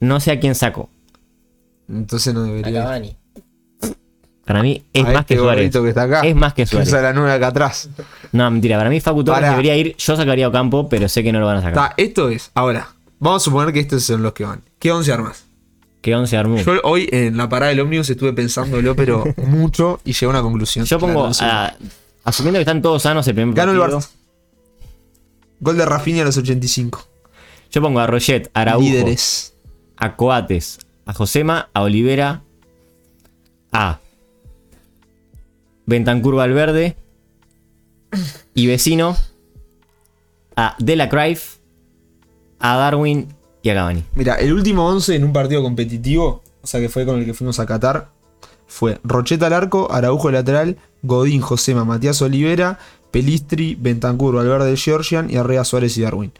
Speaker 2: No sé a quién saco.
Speaker 3: Entonces no
Speaker 1: A
Speaker 3: debería. ir.
Speaker 1: Cavani.
Speaker 2: Para mí es
Speaker 3: A
Speaker 2: más
Speaker 3: este
Speaker 2: que Suárez.
Speaker 3: gordito que está acá.
Speaker 2: Es más que
Speaker 3: Esa es
Speaker 2: Suárez.
Speaker 3: la nueva acá atrás.
Speaker 2: No, mentira. Para mí, Facu Torres
Speaker 3: Pará.
Speaker 2: debería ir. Yo sacaría a Ocampo, pero sé que no lo van a sacar.
Speaker 3: Está, esto es. Ahora, vamos a suponer que estos son los que van. ¿Qué 11 armas?
Speaker 2: ¿Qué once armó?
Speaker 3: Yo hoy en la parada del ómnibus estuve pensándolo, pero mucho y llegué a una conclusión.
Speaker 2: Yo pongo,
Speaker 3: La conclusión.
Speaker 2: a- asumiendo que están todos sanos el primer
Speaker 3: Ganó el
Speaker 2: partido,
Speaker 3: Barça. Gol de Rafinha a los 85.
Speaker 2: yo pongo a Roget, a Araujo,
Speaker 3: Líderes.
Speaker 2: a Coates, a Josema, a Olivera, a Bentancur Valverde y Vecino, a Delacrife, a Darwin y a Cavani.
Speaker 3: Mira, el último 11 en un partido competitivo, o sea que fue con el que fuimos a Qatar, fue Rocheta al arco, Araujo al lateral, Godín, Josema, Matías Olivera, Pelistri, Bentancur, Valverde, Georgian y Arrea Suárez y Darwin.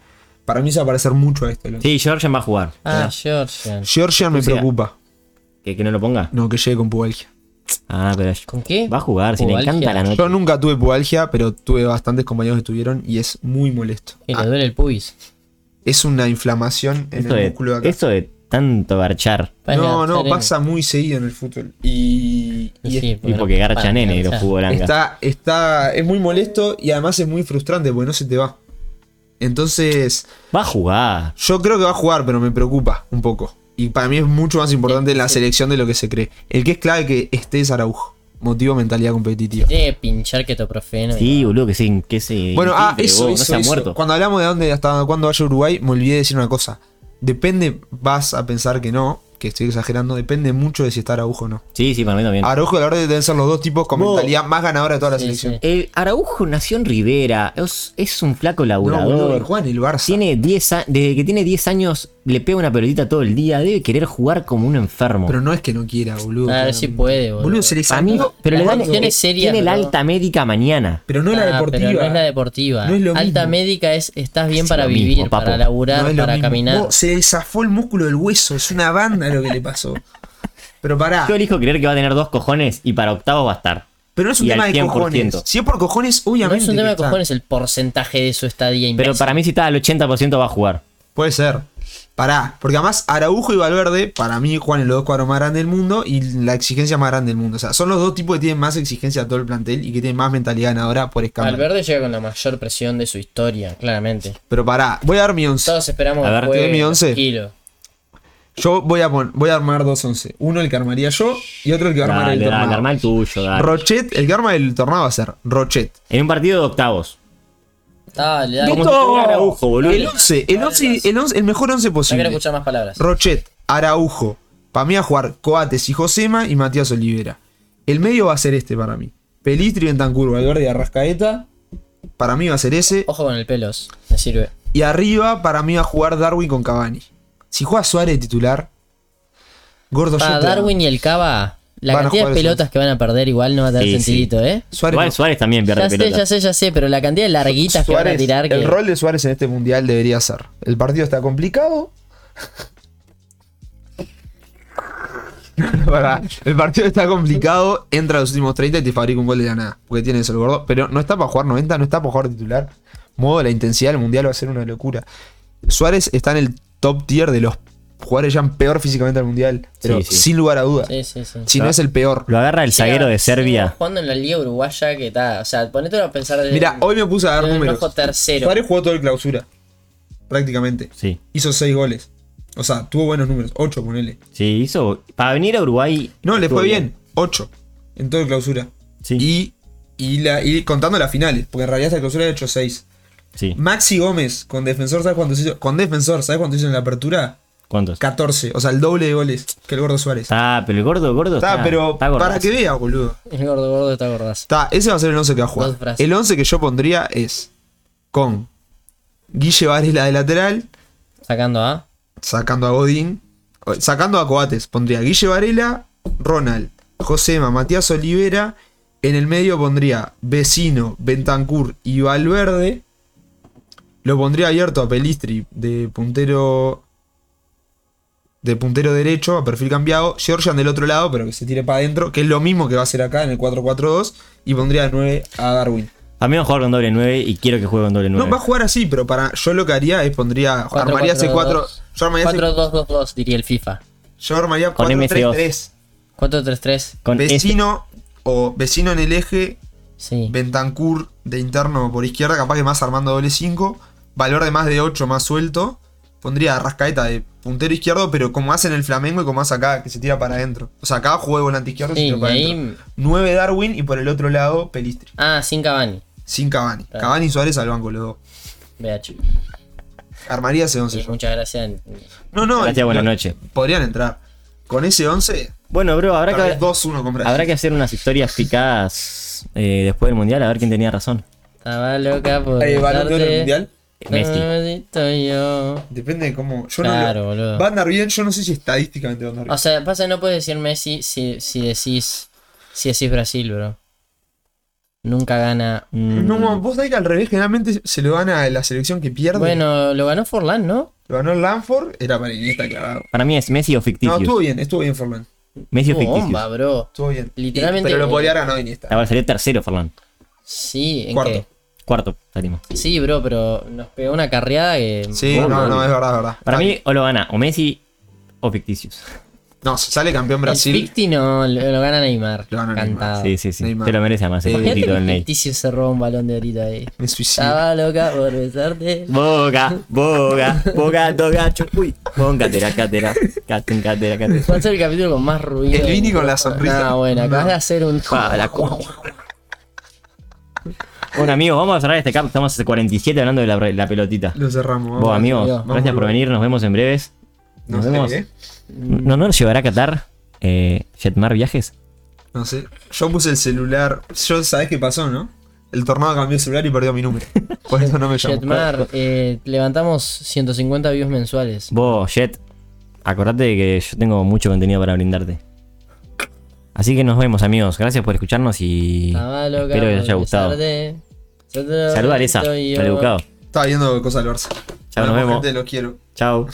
Speaker 3: Para mí se va a parecer mucho a esto. loco.
Speaker 2: Sí, Georgian va a jugar.
Speaker 1: Ah, Georgian.
Speaker 3: Georgian me
Speaker 2: O sea-
Speaker 3: preocupa.
Speaker 2: ¿Que, que no lo ponga.
Speaker 3: No, que llegue con pubalgia.
Speaker 2: Ah, pero
Speaker 1: ¿Con qué?
Speaker 2: va a jugar, si le
Speaker 1: Pubalgia.
Speaker 2: encanta la noche.
Speaker 3: Yo nunca tuve pubalgia, pero tuve bastantes compañeros que tuvieron y es muy molesto.
Speaker 1: Que le
Speaker 3: Ah,
Speaker 1: duele el pubis.
Speaker 3: es una inflamación en
Speaker 2: Esto
Speaker 3: el
Speaker 2: de,
Speaker 3: músculo de acá.
Speaker 2: esto de tanto garchar.
Speaker 1: Parece
Speaker 3: no,
Speaker 1: la
Speaker 3: no,
Speaker 1: Serena.
Speaker 3: pasa muy seguido en el fútbol. Y, y
Speaker 1: Y sí,
Speaker 2: Y
Speaker 1: no
Speaker 2: porque garcha
Speaker 1: para,
Speaker 2: nene y los
Speaker 1: garcha.
Speaker 2: futbolangas.
Speaker 3: está, está, es muy molesto y además es muy frustrante porque no se te va. Entonces,
Speaker 2: Va a jugar.
Speaker 3: yo creo que va a jugar, pero me preocupa un poco. Y para mí es mucho más importante la selección de lo que se cree. El que es clave que esté es Araujo. Motivo mentalidad competitiva.
Speaker 1: Tiene que pinchar ketoprofeno. y-
Speaker 2: Sí, boludo, que sí, que sí.
Speaker 3: Bueno, ah, eso,
Speaker 2: no
Speaker 3: eso,
Speaker 2: se ha
Speaker 3: eso.
Speaker 2: muerto.
Speaker 3: Cuando hablamos de dónde hasta cuándo vaya Uruguay, me olvidé de decir una cosa. Depende, vas a pensar que no, que estoy exagerando, depende mucho de si está Araujo o no.
Speaker 2: Sí, sí, para mí también.
Speaker 3: Araujo y Valverde deben ser los dos tipos con
Speaker 2: Vos-
Speaker 3: mentalidad más ganadora de toda la
Speaker 1: Sí,
Speaker 3: selección.
Speaker 1: sí.
Speaker 2: El Araujo nació en Rivera. Es, es un flaco
Speaker 3: No, boludo,
Speaker 2: laburador.
Speaker 3: y juega en el Barça.
Speaker 2: tiene 10 a- Desde que tiene 10 años le pega una pelotita todo el día. Debe querer jugar como un enfermo.
Speaker 3: Pero no es que no quiera, boludo.
Speaker 1: Ah,
Speaker 3: claramente.
Speaker 1: sí puede, boludo.
Speaker 3: Boludo, se le
Speaker 2: Para mí,
Speaker 3: salió-
Speaker 2: pero le
Speaker 1: Las
Speaker 2: dan,
Speaker 1: condiciones serias,
Speaker 2: tiene la
Speaker 1: boludo.
Speaker 2: alta médica mañana.
Speaker 3: Pero no la
Speaker 1: Ah,
Speaker 3: deportiva.
Speaker 1: Pero no es la deportiva.
Speaker 3: No es lo
Speaker 1: Alta
Speaker 3: mismo.
Speaker 1: médica es estás bien
Speaker 2: Es
Speaker 1: para
Speaker 2: lo mismo,
Speaker 1: vivir,
Speaker 2: papo.
Speaker 1: para
Speaker 3: No
Speaker 1: laburar,
Speaker 3: es lo
Speaker 1: para
Speaker 3: mismo.
Speaker 1: caminar.
Speaker 3: Vos, se desafó el músculo del hueso. Es una banda lo que le pasó. Pero pará.
Speaker 2: Yo elijo creer que va a tener dos cojones y para octavos va a estar.
Speaker 3: Pero no es un
Speaker 2: y al
Speaker 3: tema de
Speaker 2: 100%.
Speaker 3: cojones. Si es por cojones,
Speaker 1: no
Speaker 3: obviamente.
Speaker 1: es un tema
Speaker 3: que
Speaker 1: de
Speaker 3: está.
Speaker 1: cojones el porcentaje de su estadía
Speaker 2: Pero
Speaker 1: imbécil.
Speaker 2: para mí, si está al 80%, va a jugar.
Speaker 3: Puede ser. Pará. Porque además, Araujo y Valverde, para mí, juegan en los dos cuadros más grandes del mundo y la exigencia más grande del mundo. O sea, son los dos tipos que tienen más exigencia a todo el plantel y que tienen más mentalidad ganadora por escala.
Speaker 1: Valverde llega con la mayor presión de su historia, claramente.
Speaker 3: Pero pará, voy a dar mi once.
Speaker 1: Todos esperamos
Speaker 2: A ver,
Speaker 1: que juegue
Speaker 3: ¿tiene mi once?
Speaker 1: tranquilo.
Speaker 3: Yo voy a, pon- voy a armar dos once. Uno el que armaría yo y otro el que va a armar
Speaker 2: Dale,
Speaker 3: el
Speaker 2: dale,
Speaker 3: tornado.
Speaker 2: armá el tuyo, dale.
Speaker 3: Rochet, el que arma el tornado va a ser Rochet.
Speaker 2: En un partido de octavos.
Speaker 1: Dale, dale.
Speaker 2: Como
Speaker 1: No
Speaker 2: si fuera Araujo, boludo.
Speaker 3: El 11, el, once, el, once- el mejor 11
Speaker 1: quiero
Speaker 3: posible.
Speaker 1: escuchar más palabras.
Speaker 3: Rochet, Araujo. Para mí va a jugar Coates y Josema y Matías Olivera. El medio va a ser este para mí. Pelistri, Bentancur, Valverde y Arrascaeta. Para mí va a ser ese.
Speaker 1: Ojo con el pelos, me sirve.
Speaker 3: Y arriba para mí va a jugar Darwin con Cavani. Si juega Suárez de titular, Gordo
Speaker 1: Para
Speaker 3: yo te amo.
Speaker 1: Darwin y el Cava, la
Speaker 3: Van a
Speaker 1: cantidad de
Speaker 3: jugar esos.
Speaker 1: pelotas que van a perder igual no va a tener
Speaker 2: Sí, sí.
Speaker 1: sentidito, ¿eh?
Speaker 3: Suárez
Speaker 2: Igual
Speaker 3: no.
Speaker 2: Suárez también pierde
Speaker 1: Ya sé,
Speaker 2: pelota.
Speaker 1: ya sé, ya sé, pero la cantidad de larguitas que van a
Speaker 3: Suárez,
Speaker 1: tirar que...
Speaker 3: El rol de Suárez en este mundial debería ser. El partido está complicado. Pará, el partido está complicado, entra a los últimos 30 y te fabrica un gol de la nada. Porque tiene eso el gordo. Pero no está para jugar 90, no está para jugar titular. Modo, la intensidad del mundial va a ser una locura. Suárez está en el top tier de los jugadores ya peor físicamente al mundial. Pero
Speaker 2: Sí, sí.
Speaker 3: sin lugar a duda.
Speaker 1: Sí, sí, sí.
Speaker 3: Si no es el peor.
Speaker 2: Lo agarra el zaguero de
Speaker 1: Siga- siga
Speaker 2: Serbia.
Speaker 1: Jugando en la Liga Uruguaya, que está. O sea, ponete a pensar de.
Speaker 3: Mira, hoy me puse a dar
Speaker 1: el
Speaker 3: números.
Speaker 1: rojo tercero.
Speaker 3: Suárez jugó todo el clausura. Prácticamente.
Speaker 2: Sí.
Speaker 3: hizo 6 goles. O sea, tuvo buenos números. 8, ponele.
Speaker 2: Sí, hizo. Para venir a Uruguay.
Speaker 3: No, le
Speaker 2: estuvo
Speaker 3: fue bien. 8. En todo el clausura.
Speaker 2: Sí.
Speaker 3: Y, y, la, y contando las finales. Porque en realidad hasta el clausura ha hecho 6.
Speaker 2: Sí.
Speaker 3: Maxi Gómez con defensor, ¿sabes cuántos hizo? Con defensor, ¿sabes cuántos hizo en la apertura?
Speaker 2: ¿Cuántos?
Speaker 3: 14. O sea, el doble de goles que el gordo Suárez.
Speaker 2: Está, pero el gordo, gordo. Está,
Speaker 3: Está, pero
Speaker 2: gordazo.
Speaker 3: para que vea, boludo.
Speaker 1: El gordo gordo está gordazo.
Speaker 3: Está, ese va a ser el 11 que va a
Speaker 1: Dos
Speaker 3: jugar.
Speaker 1: frases.
Speaker 3: El 11 que yo pondría es con Guille Varela de lateral,
Speaker 1: Sacando ¿ah? a.
Speaker 3: sacando a Godín, o- sacando a Coates, pondría Guille Varela, Ronald, Josema, Matías Olivera, en el medio pondría Vecino, Bentancur y Valverde, lo pondría abierto a Pelistri de puntero de puntero derecho a perfil cambiado, Georgian del otro lado, pero que se tire para adentro, que es lo mismo que va a hacer acá en el 4-4-2, y pondría de 9 a Darwin.
Speaker 2: A mí va a jugar con doble 9 y quiero que juegue con doble 9.
Speaker 3: No, va a jugar así, pero para yo lo que haría es pondría, armaría ese 4, yo armaría ese
Speaker 1: 4-2-2-2, diría el FIFA.
Speaker 3: Yo armaría
Speaker 2: Con
Speaker 3: 4-3-3.
Speaker 1: 4-3-3.
Speaker 2: Con este-
Speaker 3: Vecino o vecino en el eje,
Speaker 1: Sí.
Speaker 3: Bentancur de interno por izquierda, capaz que más armando doble 5. Valor de más de 8 más suelto. pondría a Rascaeta de puntero izquierdo, pero como hace en el Flamengo y como hace acá, que se tira para adentro. O sea, acá juega de volante izquierdo y
Speaker 1: Sí,
Speaker 3: se tira para
Speaker 1: y ahí-
Speaker 3: adentro. 9 Darwin y por el otro lado Pelistri.
Speaker 1: Ah, sin Cavani.
Speaker 3: Sin Cavani. Cavani y Suárez al banco los dos.
Speaker 1: BH.
Speaker 3: Armaría ese 11
Speaker 1: Sí,
Speaker 3: yo.
Speaker 1: muchas gracias.
Speaker 3: No, no.
Speaker 2: Gracias, buenas
Speaker 3: no,
Speaker 2: noches.
Speaker 3: Podrían entrar. Con ese 11,
Speaker 2: Bueno, bro, habrá
Speaker 3: tal vez
Speaker 2: que,
Speaker 3: 2-1 con Brasil.
Speaker 2: habrá que hacer unas historias picadas eh, después del mundial a ver quién tenía razón.
Speaker 1: Estaba loca por.
Speaker 3: Eh, Balón de Oro
Speaker 1: besarte.
Speaker 3: del Mundial.
Speaker 2: Messi.
Speaker 1: Maldito yo.
Speaker 3: Depende de cómo. Yo
Speaker 1: Claro,
Speaker 3: no
Speaker 1: boludo. Ah,
Speaker 3: lo, va a andar bien, yo no sé si estadísticamente va a andar bien.
Speaker 1: O sea, pasa que no puedes decir Messi si, si decís. Si decís Brasil, bro. Nunca gana.
Speaker 2: Mm,
Speaker 3: No, vos dais al revés, generalmente se lo gana a la selección que pierde.
Speaker 1: Bueno, lo ganó Forlán, ¿no?
Speaker 3: Lo ganó el Lanford, era marinista clavado.
Speaker 2: Para mí es Messi o
Speaker 3: No,
Speaker 2: ficticios.
Speaker 3: estuvo bien, estuvo bien Forlán.
Speaker 2: Messi o
Speaker 1: Tuvo
Speaker 2: ficticios.
Speaker 1: bomba, bro.
Speaker 3: Estuvo bien.
Speaker 1: Literalmente-
Speaker 3: Pero lo podría haber ganado Iniesta.
Speaker 2: Ah, bueno, salió tercero, Ferlán.
Speaker 1: Sí, ¿en
Speaker 3: Cuarto.
Speaker 1: qué?
Speaker 2: Cuarto, salimos.
Speaker 1: Sí, bro, pero nos pegó una carreada que.
Speaker 3: Sí, no,
Speaker 2: Bomba.
Speaker 3: no, es verdad, es verdad.
Speaker 2: Para
Speaker 3: Está
Speaker 2: mí,
Speaker 3: bien.
Speaker 2: o lo gana o Messi o ficticios.
Speaker 3: No, si sale campeón
Speaker 1: El
Speaker 3: Brasil.
Speaker 1: Ficti no, lo, lo gana Neymar.
Speaker 3: Lo gana Neymar.
Speaker 1: Cantado.
Speaker 2: Sí, sí, sí.
Speaker 3: Ah, Neymar.
Speaker 2: Te lo merece además, el
Speaker 3: Sí.
Speaker 1: Imagínate
Speaker 2: poquitito del
Speaker 1: que
Speaker 2: Ney.
Speaker 1: Ficticio se roba un balón de ahorita ahí.
Speaker 3: Me suicido.
Speaker 1: Estaba loca por besarte.
Speaker 2: Boga, boga, boga, doga, chupuy. Boga, catera, catera, catera, catera, catera.
Speaker 1: Va a ser el capítulo con más ruido.
Speaker 3: El Vini con la sonrisa.
Speaker 1: Ah, bueno, acabas
Speaker 3: No.
Speaker 1: de hacer un.
Speaker 2: Pa, la co- Bueno, amigos, vamos a cerrar este cap. Estamos hace 47 hablando de la, la pelotita.
Speaker 3: Lo cerramos. vamos.
Speaker 2: Vos, amigos,
Speaker 1: Vamos,
Speaker 2: gracias por venir. Nos vemos en breves.
Speaker 3: No
Speaker 2: Nos
Speaker 3: sé,
Speaker 2: vemos.
Speaker 3: ¿eh?
Speaker 2: ¿No, no nos llevará a Qatar eh, Jetmar Viajes?
Speaker 3: No sé. Yo puse el celular. Yo sabés qué pasó, ¿no? El tornado cambió el celular y perdió mi número. Por eso no me llamó.
Speaker 1: Jetmar, eh, levantamos 150 views mensuales.
Speaker 2: Vos, Jet, acordate de que yo tengo mucho contenido para brindarte. Así que nos vemos, amigos. Gracias por escucharnos y
Speaker 1: Estaba loca.
Speaker 2: espero que les
Speaker 1: por
Speaker 2: haya gustado.
Speaker 1: besarte. Yo te lo
Speaker 2: Saluda a Lesa,
Speaker 1: soy yo.
Speaker 2: maleducado.
Speaker 3: Estaba viendo cosas al Barça.
Speaker 2: Chao, nos vemos.
Speaker 3: Gente, los quiero.
Speaker 2: Chao.